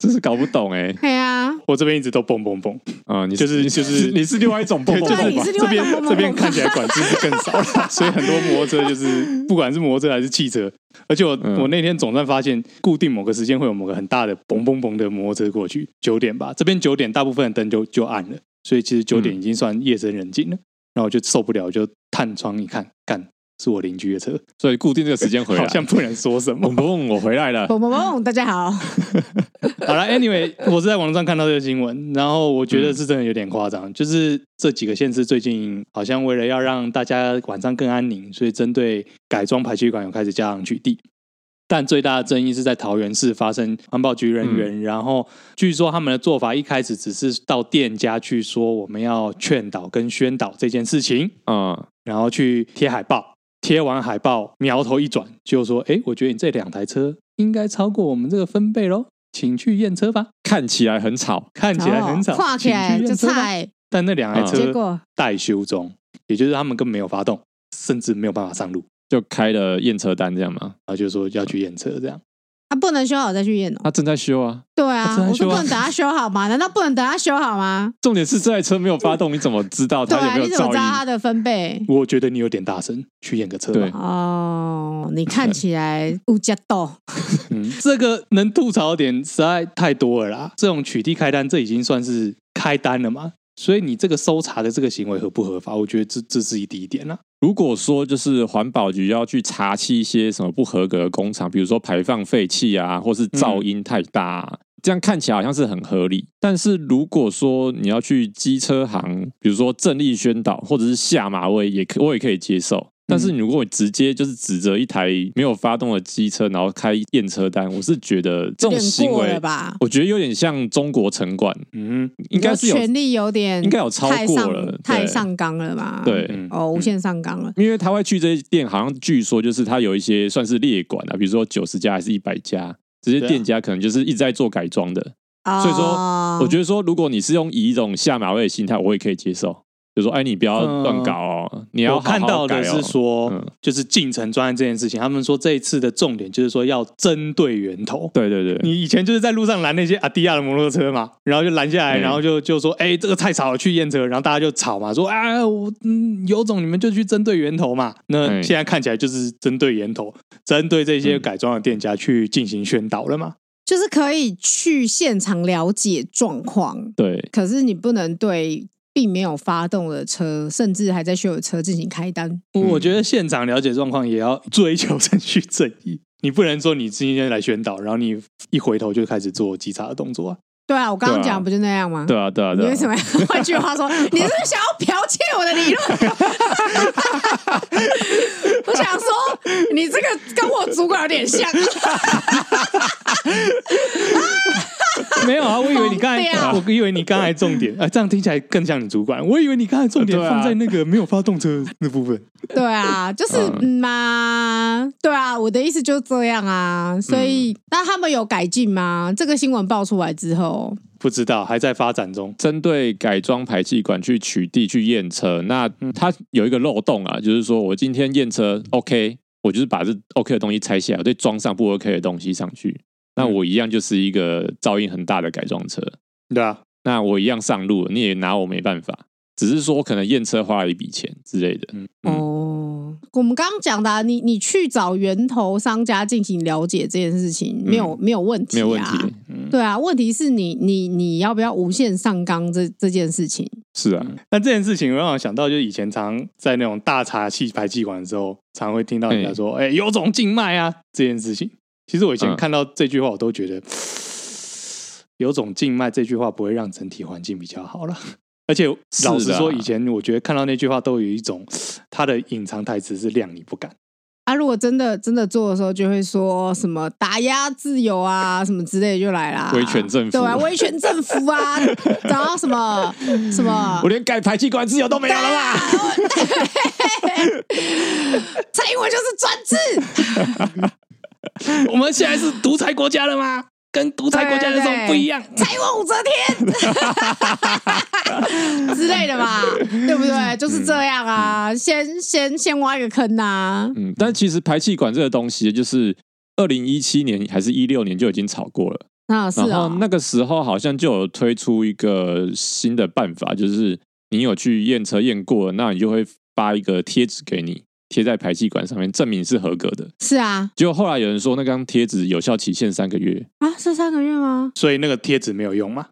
真是搞不懂哎、哎呀，我这边一直都蹦蹦蹦，啊、你就是你就是你是另外一种蹦蹦对蹦哦你吧是另这外一边种蹦蹦蹦这边看起来管制是更少 了，所以很多摩托车就是不管是摩托车还是汽车，而且我、嗯我那天总算发现，固定某个时间会有某个很大的嘣嘣嘣的摩托车过去，九点吧，这边九点大部分的灯就就暗了，所以其实九嗯点已经算夜深人静了，然后我就受不了，我就探窗一看，干是我邻居的车，所以固定这个时间啊回来。好像不能说什么蹦。蹦，我回来了。嗡嗡嗡，大家好，好了，Anyway，我是在网络上看到这个新闻，然后我觉得是真的有点夸张，就是这几个县市最近好像为了要让大家晚上更安宁，所以针对改装排气管有开始加上取缔。但最大的争议是在桃园市发生环保局人员，然后据说他们的做法一开始只是到店家去说我们要劝导跟宣导这件事情，嗯，然后去贴海报，贴完海报苗头一转，就说：“哎，我觉得你这两台车应该超过我们这个分贝喽，请去验车吧。看起来很吵”，看起来很吵，跨哦起请来去就验车吧菜，但那两台嗯结车果待修中，也就是他们根本没有发动，甚至没有办法上路，就开了验车单这样嘛。然后就说要去验车这样。啊不能修好再去验哦，他正在修啊，对啊啊这，还我说修啊不能等它修好吗？难道不能等它修好吗？重点是这台车没有发动，你怎么知道对它啊，有没你有怎么噪知道它音？的分贝？我觉得你有点大声，去验个车对吧。哦，你看起来物价到，嗯，这个能吐槽的点实在太多了啦。这种取缔开单，这已经算是开单了嘛？所以你这个搜查的这个行为合不合法？我觉得这这是一第一点啦。如果说就是环保局要去查气一些什么不合格的工厂，比如说排放废气啊，或是噪音太大啊、这样看起来好像是很合理。但是如果说你要去机车行，比如说正立宣导，或者是下马威，也可我也可以接受。但是如果你直接就是指着一台没有发动的机车，然后开验车单，我是觉得这种有点行过为了，吧？我觉得有点像中国城管，嗯，应该是有权力有点，应该有超太过上了太对上纲了吧？对。嗯哦，无限上纲了。因为他会去这些店，好像据说就是他有一些算是列管啊，比如说九十家还是一百家，这些对啊店家可能就是一直在做改装的。所以说，哦我觉得说，如果你是用以一种下马威的心态，我也可以接受，就说哎，你不要嗯乱搞哦，你要我好好看改到哦的是说，嗯就是进城专案这件事情，他们说这一次的重点就是说要针对源头。对对对，你以前就是在路上拦那些阿迪亚的摩托车嘛，然后就拦下来，嗯然后就就说，哎、这个太吵了，去验车，然后大家就吵嘛，说啊，我嗯，有种你们就去针对源头嘛。那嗯现在看起来就是针对源头，针对这些嗯改装的店家去进行宣导了嘛。就是可以去现场了解状况，对啊可是你不能对并没有发动的车，甚至还在修的车进行开单。我觉得现场了解状况也要追求程序正 义，你不能说你今天来宣导，然后你一回头就开始做稽查的动作啊。对啊，我刚刚对啊讲不就那样吗？对啊对啊你对为什啊，么要？ 换句 话说，你是不是想要剽窃我的理论？ 我想说，你这个跟我主管有点像。 没有啊，我以为你刚才，疯 我以为你刚才重 点，哎，这样听起来更像你主管。我以为你刚才重点对啊放在那个没有发动车那部分。 对啊，就是嗯嘛，对啊，我的意思就这样啊。所以，那他们有改进吗？这个新闻爆出来之后，不知道，还在发展中。针对改装排气管去取缔去验车，嗯那它有一个漏洞啊，就是说我今天验车 OK，我就是把这 OK 的东西拆下来，我再装上不 OK 的东西上去，嗯那我一样就是一个噪音很大的改装车，对啊，那我一样上路，你也拿我没办法，只是说可能验车花了一笔钱之类的，嗯哦，我们刚刚讲的啊、你你去找源头商家进行了解这件事情，没有、没有问题、嗯啊，没有问题，嗯对啊，问题是你你你要不要无限上纲这这件事情？是啊，但这件事情让我想到，就是以前常在那种大茶器排气管的时候，常会听到人家说：“哎、有种静脉啊！”这件事情，其实我以前嗯看到这句话，我都觉得、有种静脉”这句话不会让整体环境比较好了。而且是老实的啊说，以前我觉得看到那句话都有一种它的隐藏台词是“谅你不敢”，啊，如果真的真的做的时候，就会说什么打压自由啊，什么之类就来啦，威权政府对啊，威权政府啊， 然后什么什么我，连改排气管自由 都哦没有了啦。 蔡英文就是专制， 我们现在是独裁国家了吗？跟独裁国家的时候不一样。蔡英文武则天 之类的嘛，对不对？就是这样啊，先先先挖一个坑呐、啊，嗯，但其实排气管这个东西，就是二零一七年还是一六年就已经炒过了。那是然啊后，那个时候好像就有推出一个新的办法，就是你有去验车验过，那你就会发一个贴纸给你，贴在排气管上面，证明你是合格的。是啊结果后来有人说，那张贴纸有效期限三个月，啊，是三个月吗？所以那个贴纸没有用吗？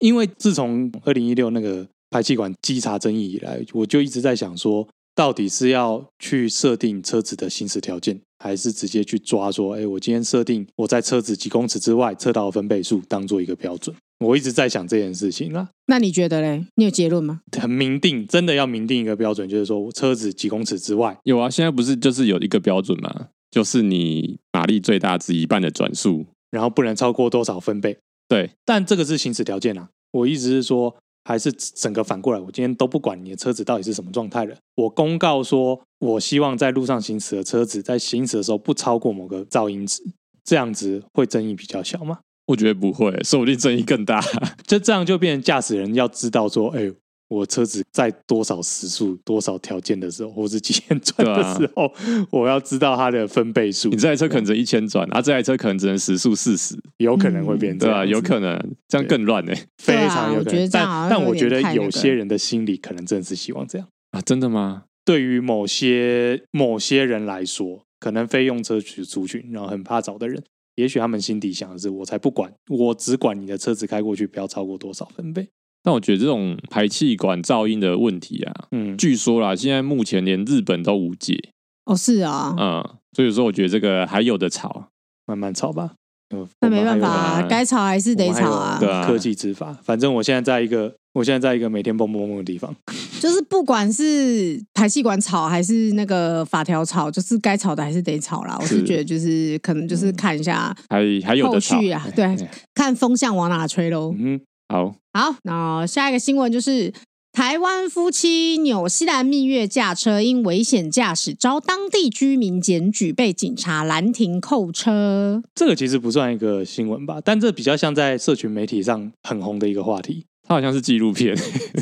因为自从二零一六那个排气管稽查争议以来，我就一直在想说，到底是要去设定车子的行驶条件，还是直接去抓说，哎，我今天设定我在车子几公尺之外测到的分贝数当做一个标准。我一直在想这件事情啊，那你觉得嘞？你有结论吗？很明定，真的要明定一个标准，就是说我车子几公尺之外，有啊，现在不是就是有一个标准嘛，就是你马力最大值一半的转速。然后不能超过多少分贝。对，但这个是行驶条件啊。我意思是说，还是整个反过来，我今天都不管你的车子到底是什么状态了，我公告说，我希望在路上行驶的车子在行驶的时候不超过某个噪音值，这样子会争议比较小嘛？我觉得不会，说不定争议更大。 就这样就变成驾驶人要知道说，哎、我车子在多少时速、多少条件的时候，或是几 千转对啊的时候，我要知道它的分贝数你，这台车可能只能一千转，啊，这台车可能只能时速四十，有可能会变成这对样、啊，有可能这样更乱呢、欸非对啊常有我可觉能得，这样但好像但有我觉得点太那有个些了人的心里可能真的是希望这样。啊，真的吗？对于某些某些人来说，可能非用车族族群，然后很怕找的人，也许他们心底想的是：我才不管，我只管你的车子开过去不要超过多少分贝。但我觉得这种排气管噪音的问题啊，嗯，据说啦，现在目前连日本都无解，哦，是啊，嗯，所以说我觉得这个还有的吵，慢慢吵吧。呃那没办法、我们还啊有，该吵还是得吵我们还有啊对。啊科技执法，反正我现在在一个，我现在在一个每天蹦蹦蹦蹦的地方。就是不管是排气管吵还是那个法条吵，就是该吵的还是得吵啦。我是是觉得就是可能就是看一下还还有后的吵。续啊，对，看风向往哪吹喽。嗯哼，好，好，那下一个新闻就是台湾夫妻纽西兰蜜月驾车因危险驾驶遭当地居民检举，被警察拦停扣车。这个其实不算一个新闻吧，但这比较像在社群媒体上很红的一个话题。它好像是纪录片，，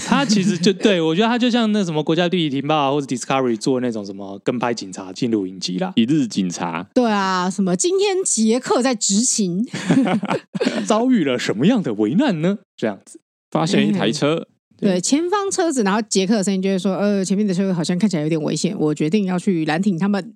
他其实就对我觉得他就像那什么国家地理频道啊，或者 Discovery 做那种什么跟拍警察进录影机啦一日警察，对啊，什么今天捷克在执勤， 遭遇了什么样的危难呢？这样子，发现一台嗯车，对前方车子，然后捷克的声音就会说，呃，前面的车好像看起来有点危险，我决定要去拦停他们。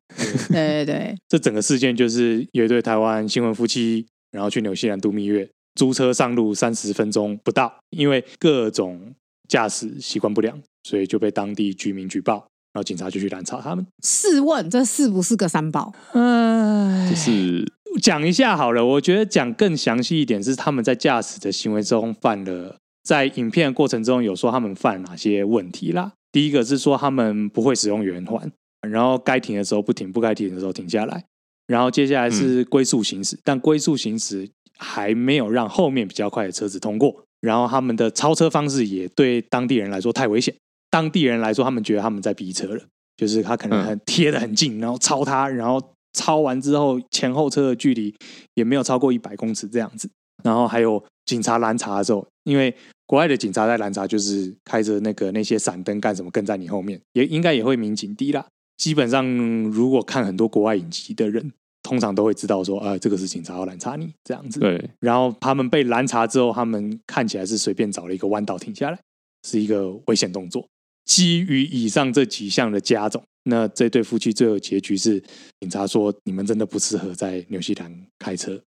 对对对，这整个事件就是有一对台湾新婚夫妻，然后去纽西兰度蜜月，租车上路三十分钟不到，因为各种驾驶习惯不良，所以就被当地居民举报，然后警察就去拦查他们。试问这是不是个三宝？唉，就是讲一下好了，我觉得讲更详细一点是他们在驾驶的行为中犯了，在影片的过程中有说他们犯哪些问题啦。第一个是说他们不会使用圆环，然后该停的时候不停，不该停的时候停下来。然后接下来是龟速行驶，但龟速行驶还没有让后面比较快的车子通过。然后他们的超车方式也对当地人来说太危险，当地人来说他们觉得他们在逼车了。就是他可能很贴得很近，然后超他，然后超完之后前后车的距离也没有超过一百公尺这样子。然后还有警察拦查的时候，因为国外的警察在拦查就是开着那个那些闪灯干什么，跟在你后面，也应该也会鸣警笛啦。基本上如果看很多国外影集的人，通常都会知道说，呃，这个是警察要拦查你这样子。对，然后他们被拦查之后，他们看起来是随便找了一个弯道停下来，是一个危险动作。基于以上这几项的加总，那这对夫妻最后结局是，警察说你们真的不适合在纽西兰开车，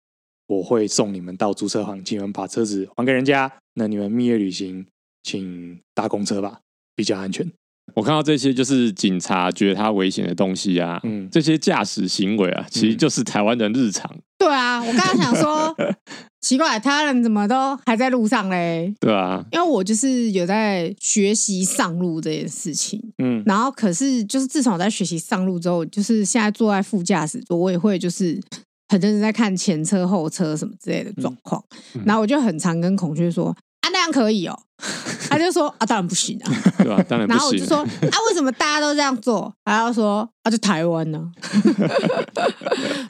我会送你们到租车行，请你们把车子还给人家。那你们蜜月旅行，请搭公车吧，比较安全。我看到这些就是警察觉得它危险的东西啊，嗯嗯这些驾驶行为啊，其实就是台湾人日常， 对啊，我刚刚想说，奇怪，台湾人怎么都还在路上嘞？对啊，因为我就是有在学习上路这件事情，嗯，然后可是就是自从我在学习上路之后，就是现在坐在副驾驶座，我也会就是很认真在看前车后车什么之类的状况，嗯然后我就很常跟孔雀说啊那样可以哦，他就说啊当然不行啊，对啊，当然不 然后我就行。说 啊为什么大家都这样做？然后说啊就台湾 呢、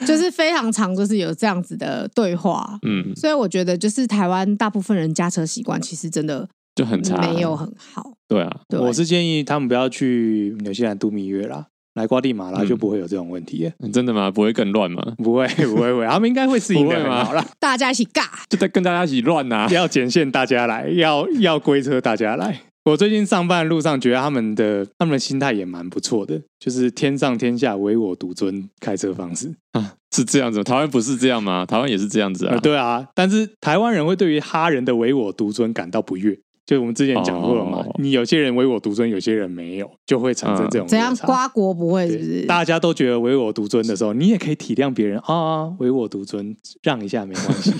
就是非常常就是有这样子的对话，嗯，所以我觉得，就是台湾大部分人驾车习惯其实真的就很差，没有很好。对啊，对，我是建议他们不要去纽西兰度蜜月啦，来瓜地马拉嗯就不会有这种问题耶。真的吗？不会更乱吗？不会，不会， 不会，他们应该会适应嗯不的会很吗好啦。大家一起尬，就在跟大家一起乱啊呐、要剪线大家来，要要归车大家来。我最近上班的路上，觉得他们的他们的心态也蛮不错的，就是天上天下唯我独尊开车方式。啊，是这样子。台湾不是这样吗？台湾也是这样子啊呃，。对啊，但是台湾人会对于哈人的唯我独尊感到不悦，就我们之前讲过了嘛，哦嗯你有些人唯我独尊，有些人没有，就会产生这种怎样落差瓜国不会对是不是？大家都觉得唯我独尊的时候，你也可以体谅别人啊，唯我独尊，让一下没关 系。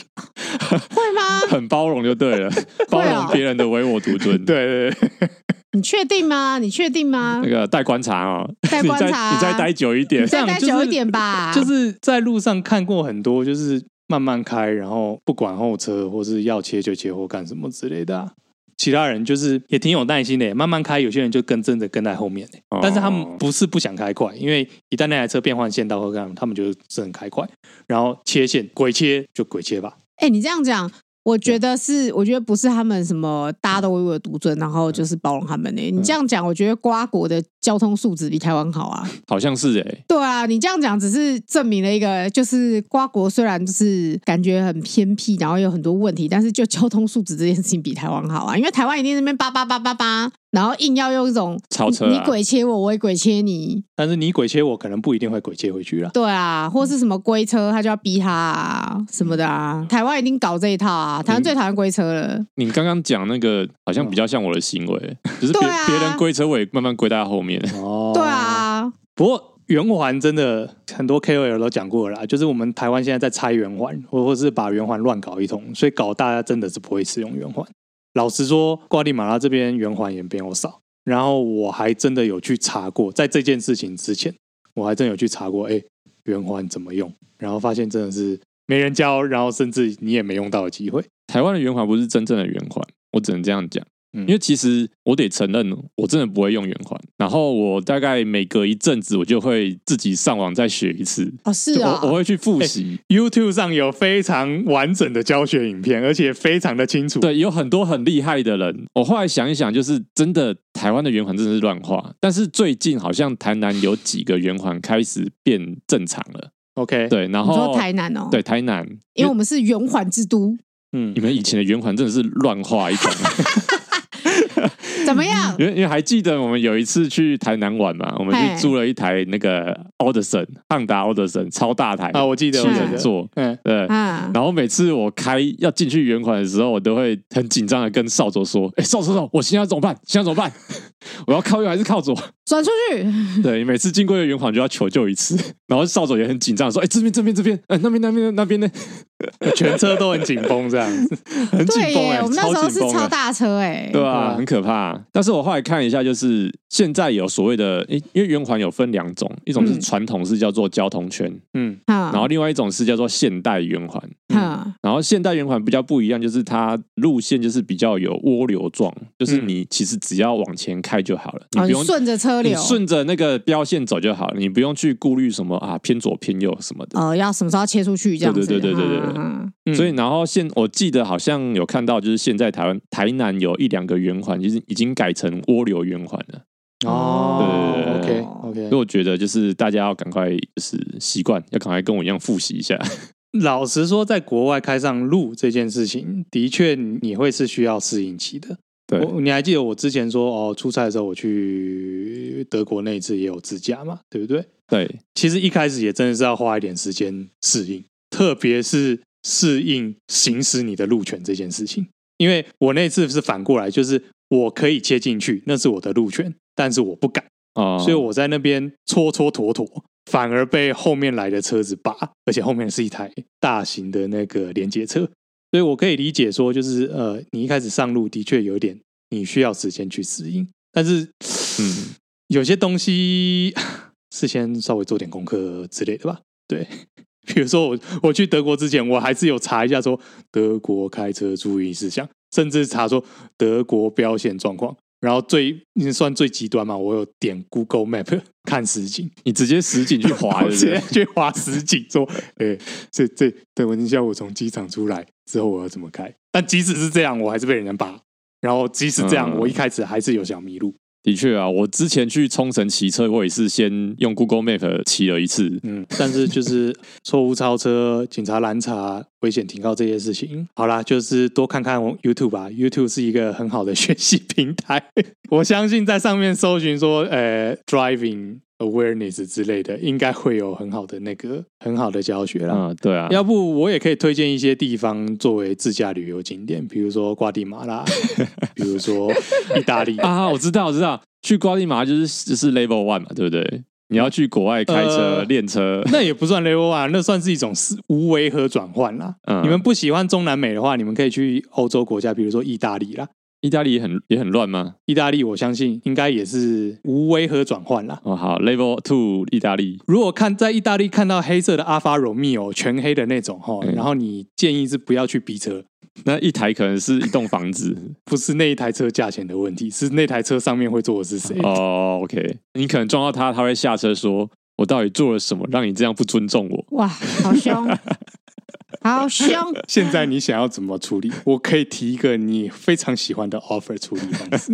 会吗？很包容就对了， 包容别人的唯我独尊。，啊 对对对，你确定吗？你确定吗那？个待观察哦，待观察啊 你再你再待久一点你，再这样待就是久一点吧。就是在路上看过很多，就是慢慢开，然后不管后车，或是要切就切或干什么之类的啊、其他人就是也挺有耐心的，慢慢开。有些人就跟真的跟在后面的，哦但是他们不是不想开快，因为一旦那台车变换线道或干嘛，他们就只能开快，然后切线鬼切就鬼切吧。哎、你这样讲，我觉得是，我觉得不是他们什么嗯大家都唯我独尊，然后就是包容他们呢、你这样讲，我觉得瓜国的交通素质比台湾好啊。 好像是哎、对啊，你这样讲只是证明了一个，就是瓜国虽然就是感觉很偏僻，然后有很多问题，但是就交通素质这件事情比台湾好啊，因为台湾一定在那边叭叭叭叭叭，然后硬要用一种超车啊你你鬼切我，我也鬼切你，但是你鬼切我，可能不一定会鬼切回去啦。对啊，或是嗯什么龟车，他就要逼他啊什么的啊，台湾一定搞这一套啊，台湾最讨厌龟车了，你刚刚讲那个好像比较像我的行为，就是别对啊别人归车，我也慢慢归在后面。哦对，啊，不过圆环真的很多 KOL 都讲过了啦，就是我们台湾现在在拆圆环，或或是把圆环乱搞一通，所以搞大家真的是不会使用圆环。老实说，瓜地马拉这边圆环也没有少。然后我还真的有去查过，在这件事情之前，我还真有去查过，哎，圆环怎么用？然后发现真的是没人教，然后甚至你也没用到的机会。 台湾的圆环不是真正的圆环，我只能这样讲。嗯因为其实我得承认，我真的不会用圆环。然后我大概每隔一阵子，我就会自己上网再学一次。哦是就啊、我我会去复习。哎 YouTube 上有非常完整的教学影片，而且非常的清楚。对，有很多很厉害的人。我后来想一想，就是真的台湾的圆环真的是乱画，但是最近好像台南有几个圆环开始变正常了。 ，OK，，对，然你说后台南哦，对，台南，因为我们是圆环之都，嗯你，们以前的圆环真的是乱画一 通。怎么样？因为因为还记得我们有一次去台南玩嘛，我们嘿去租了一台那个 Audison 汉达 Audison 超大台啊，我记得，七我记人得，座，嗯，对。啊，然后每次我开要进去圆环的时候，我都会很紧张的跟少佐说：“哎、少佐少佐，我现在要怎么办？现在怎么办？ 我要靠右还是靠左转出去，？”对，每次经过一个圆环就要求救一次。然后少佐也很紧张地说：“哎、这边这边这边，哎、那边那边那边呢？ 全车都很紧绷这样 子。很紧对绷耶哎、，我们那时候超是紧绷超哎大车哎、对对啊啊，很可怕、但是我后来看一下，就是现在有所谓的，诶因为圆环有分两种，一种是嗯传统是叫做交通圈，嗯，啊，然后另外一种是叫做现代圆环。啊，然后现代圆环比较不一样，就是它路线就是比较有涡流状，就是嗯你其实只要往前开就好了，你哦，你不用。顺着车你流，顺着那个标线走就好了，你不用去顾虑什么啊偏左偏右什么的。哦，要什么时候切出去这样子，对对对对对对啊嗯所以，然后现我记得好像有看到，就是现在台湾台南有一两个圆环，就是已经改成涡流圆环了。哦对对对，OK 所以 OK。我觉得就是大家要赶快就是习惯，要赶快跟我一样复习一下。老实说，在国外开上路这件事情，的确你会是需要适应期的。对 我你还记得我之前说哦，出差的时候我去德国那一次也有自驾嘛，对不对？对，其实一开始也真的是要花一点时间适应，特别是适应行使你的路权这件事情。因为我那次是反过来，就是我可以切进去，那是我的路权，但是我不敢。哦、所以我在那边搓搓妥妥，反而被后面来的车子扒，而且后面是一台大型的那个连接车，所以我可以理解说，就是呃，你一开始上路的确有点你需要时间去适应，但是嗯，有些东西 事先稍微做点功课之类的吧。对， 比如说我我去德国之前，我还是有查一下说德国开车注意事项，甚至查说德国标线状况。然后最你算最极端嘛，我有点 Google Map 看实景，你直接实景去滑，我对不直接对？ 去滑实景，说， 哎、这这等一下我从机场出来之后我要怎么开？但即使是这样，我还是被人家扒。然后即使这样，嗯我一开始还是有小迷路。的确啊，我之前去冲绳骑车，我也是先用 Google Map 骑了一次。嗯，但是就是错误超车、警察拦查、危险停靠这些事情，好啦，就是多看看 YouTube 吧。YouTube 是一个很好的学习平台， 我相信在上面搜寻说，呃，driving awareness 之类的，应该会有很好的那个很好的教学啦。嗯，对啊，要不我也可以推荐一些地方作为自驾旅游景点，比如说瓜地马拉， 比如说意大利。啊，我知道，我知道，去瓜地马拉就是就是 Level One 嘛，对不对？你要去国外开车呃练车， 那也不算 level one，那算是一种思无违和转换啦。嗯你们不喜欢中南美的话，你们可以去欧洲国家，比如说意大利啦。意大利也很也很乱吗？意大利我相信应该也是无违和转换啦。哦，好，Level Two 意大利，如果看在意大利看到黑色的阿法罗密欧全黑的那种哈，嗯然后你建议是不要去逼车，那一台可能是一栋房 子不是那一台车价钱的问题，是那台车上面会坐的是谁。哦。OK，你可能撞到他，他会下车说：“我到底做了什么让你这样不尊重我哇，好凶， 好凶！现在你想要怎么处理？我可以提一个你非常喜欢的 offer 处理方 式。？”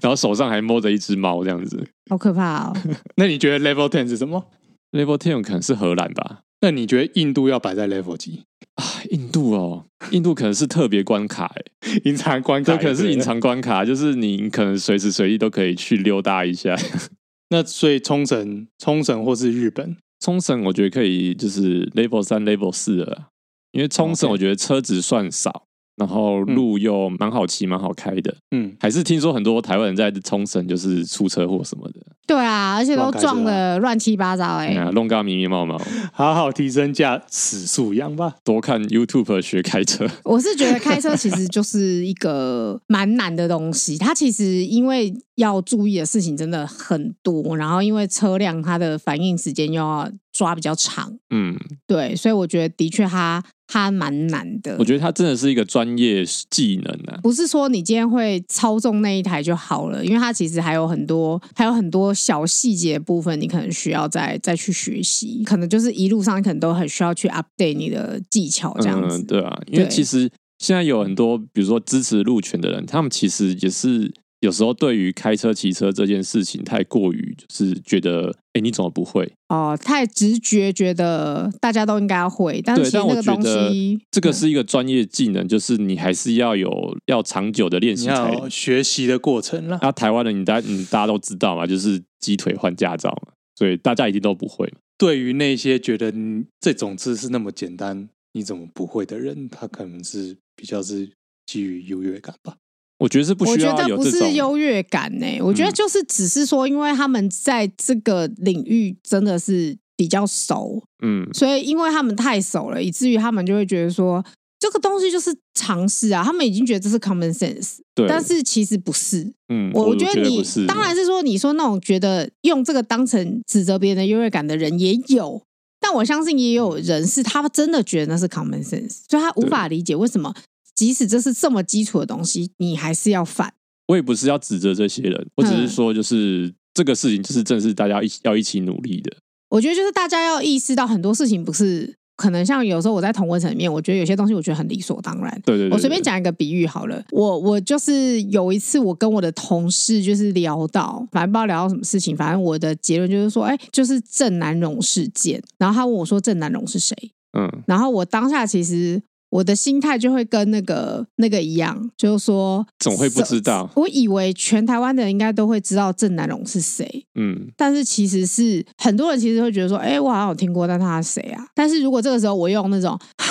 然后手上还摸着一只猫这样子。好可怕哦！那你觉得 level ten 是什么？ Level Ten 可能是荷兰吧？那你觉得印度要摆在 level 几？啊，印度哦，印度可能是特别关卡、欸，隐藏关卡这也可能是隐对。藏关卡，就是你可能随时随地都可以去溜达一下。 那所以冲绳、冲绳或是日本，冲绳我觉得可以，就是 Level 三、Level 四了啦，因为冲绳哦 OK 我觉得车子算少，然后路又蛮好骑、蛮好开的。嗯，还是听说很多台湾人在冲绳就是出车祸什么的，对啊，而且都乱开车啊撞的乱七八糟哎、哎呀，弄个迷迷毛毛，好好提升驾驶素养吧。多看 YouTube 学开车。 我是觉得开车其实就是一个蛮难的东西，它其实因为要注意的事情真的很多，然后因为车辆它的反应时间又要抓比较长，嗯，对，所以我觉得的确它它蛮难的我。觉得它真的是一个专业技能啊。不是说你今天会操纵那一台就好了，因为它其实还有很多还有很多小细节部分，你可能需要再再去学习，可能就是一路上你可能都很需要去 update 你的技巧这样子。嗯，对啊，因为对其实现在有很多，比如说支持路权的人，他们其实也是有时候对于开车、骑车这件事情太过于就是觉得，哎、你怎么不会？哦，太直觉觉得大家都应该要会，但是对，其实但那我个觉东得西，嗯这个是一个专业技能，就是你还是要有要长久的练你啊习才要。哦学习的过程啦。那、台湾人，你大你大家都知道嘛，就是鸡腿换驾照嘛，所以大家一定都不会嘛。对于那些觉得你这种知识那么简单，你怎么不会的人，他可能是比较是基于优越感吧。我觉得是不我需觉要得有不这是种，优越感呢、我觉得嗯就是只是说，因为他们在这个领域真的是比较熟，嗯，所以因为他们太熟了，以至于他们就会觉得说这个东西就是常识啊，他们已经觉得这是 common sense，对。但是其实不是。嗯，我我觉得你不是嗯当然是说，你说那种觉得用这个当成指责别人的优越感的人也有，但我相信也有人是他真的觉得那是 common sense，所以他无法理解为什么即使这是这么基础的东西，你还是要反。我也不是要指责这些人，我只嗯是说，就是、这个事情，就是正是大家一起要一起努力的。我觉得就是大家要意识到很多事情不是可能像有时候我在同温层里面，我觉得有些东西我觉得很理所当然，对对对我随便，讲一个比喻好了，我我就是有一次我跟我的同事就是聊到，反正不知道聊到什么事情，反正我的结论就是说，哎，就是郑南榕事件。然后他问我说郑南榕是谁，对嗯，然后我当下其实我的心态就会跟那个那个一样，就是说总会不知道我以为全台湾的人应该都会知道郑南榕是谁，嗯，但是其实是很多人其实会觉得说，哎、我好像有听过，但他是谁啊？但 是如果这个时候我用那种，哈，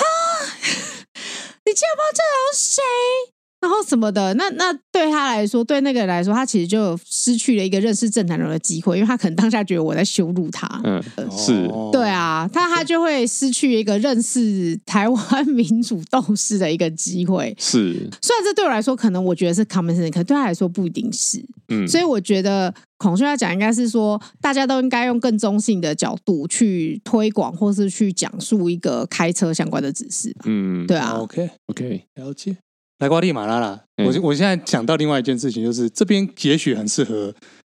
你竟然不知道这人是谁？然后什么的，那那对他来说，对那个人来说，他其实就有失去了一个认识郑南榕的机会，因为他可能当下觉得我在羞辱他。嗯，是哦对，啊，他他就会失去一个认识台湾 民主斗士的一个机会。是，虽然这对我来说，可能我觉得是 common sense，可对他来说不一定是。嗯，所以我觉得孔雀要讲应该是说，大家都应该用更中性的角度去推广，或是去讲述一个开车相关的指示吧。嗯，对啊， OK， ，OK，了解。来瓜地马拉啦，嗯我我现在想到另外一件事情，就是这边也许很适合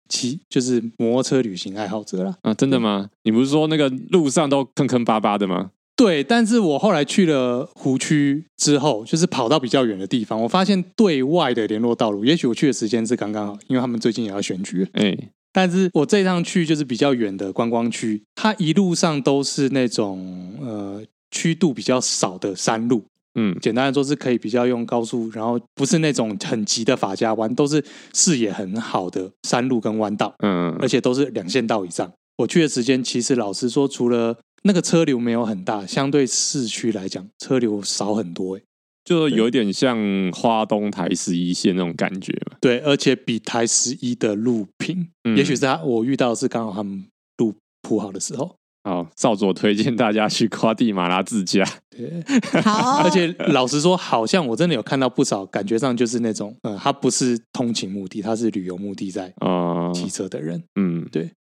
骑，就是摩托车旅行爱好者啦。啊，真嗯的吗？你不是说那个路上都坑坑巴巴的吗？对，但是我后来去了湖区之后，就是跑到比较远的地方，我发现对外的联络道路，也许我去的时间是刚刚好，因为他们最近也要选举了。哎，但是我这一趟去就是比较远的观光区，它一路上都是那种呃曲度比较少的山路，嗯，简单来说是可以比较用高速，然后不是那种很急的法家湾，都是视野很好的山路跟弯道，嗯而且都是两线道以上。我去的时间其实老实说，除了那个车流没有很大，相对市区来讲，车流少很多、欸。就有点像花东台十一线那种感觉嘛。对，而且比台十一的路平，嗯也许是他我遇到的是刚好他们路铺好的时候。好，少佐推荐大家去夸地马拉自驾。对，好，而且老实说，好像我真的有看到不少，感觉上就是那种，呃，他不是通勤目的，他是旅游目的在哦，骑车的人，嗯，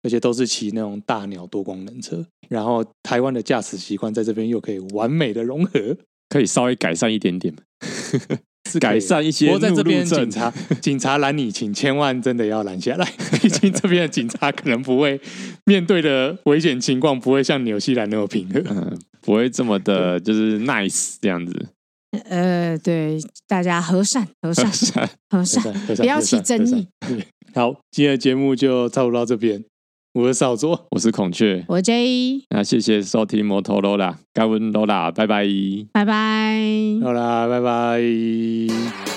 而且都是骑那种大鸟多功能车。然后台湾的驾驶习惯在这边又可以完美的融合，可以稍微改善一点点嘛，是可以改。善一些不路过路在这政。边，警察 警察拦你，请千万真的要拦下来，毕竟这边的警察可能不会面对的危险情况不会像纽西兰那么平和。嗯，不会这么的，就是 nice 这样子。呃，对，大家和善，和善，和 善，啊不要起争议。好，今天的节目就差不多到这边。我是少佐，我是孔雀，我 J，那谢谢收听摩托罗拉，盖文罗拉，拜拜。拜拜。好啦，拜拜。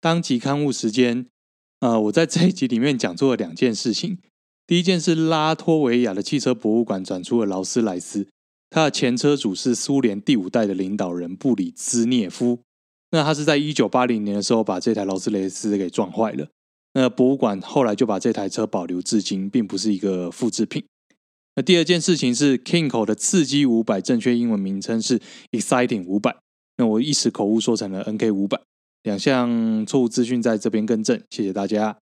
当集刊物时间，呃，我在这一集里面讲做了两件事情。第一件是拉脱维亚的汽车博物馆转出了劳斯莱斯，它的前车主是苏联第五代的领导人布里兹涅夫。那他是在一九八零年的时候把这台劳斯莱斯给撞坏了。那博物馆后来就把这台车保留至今，并不是一个复制品。那第二件事情是 Kingo 的刺激五百正确英文名称是 Exciting 五百，那我一时口误说成了 NK 五百。两项错误资讯在这边更正，谢谢大家。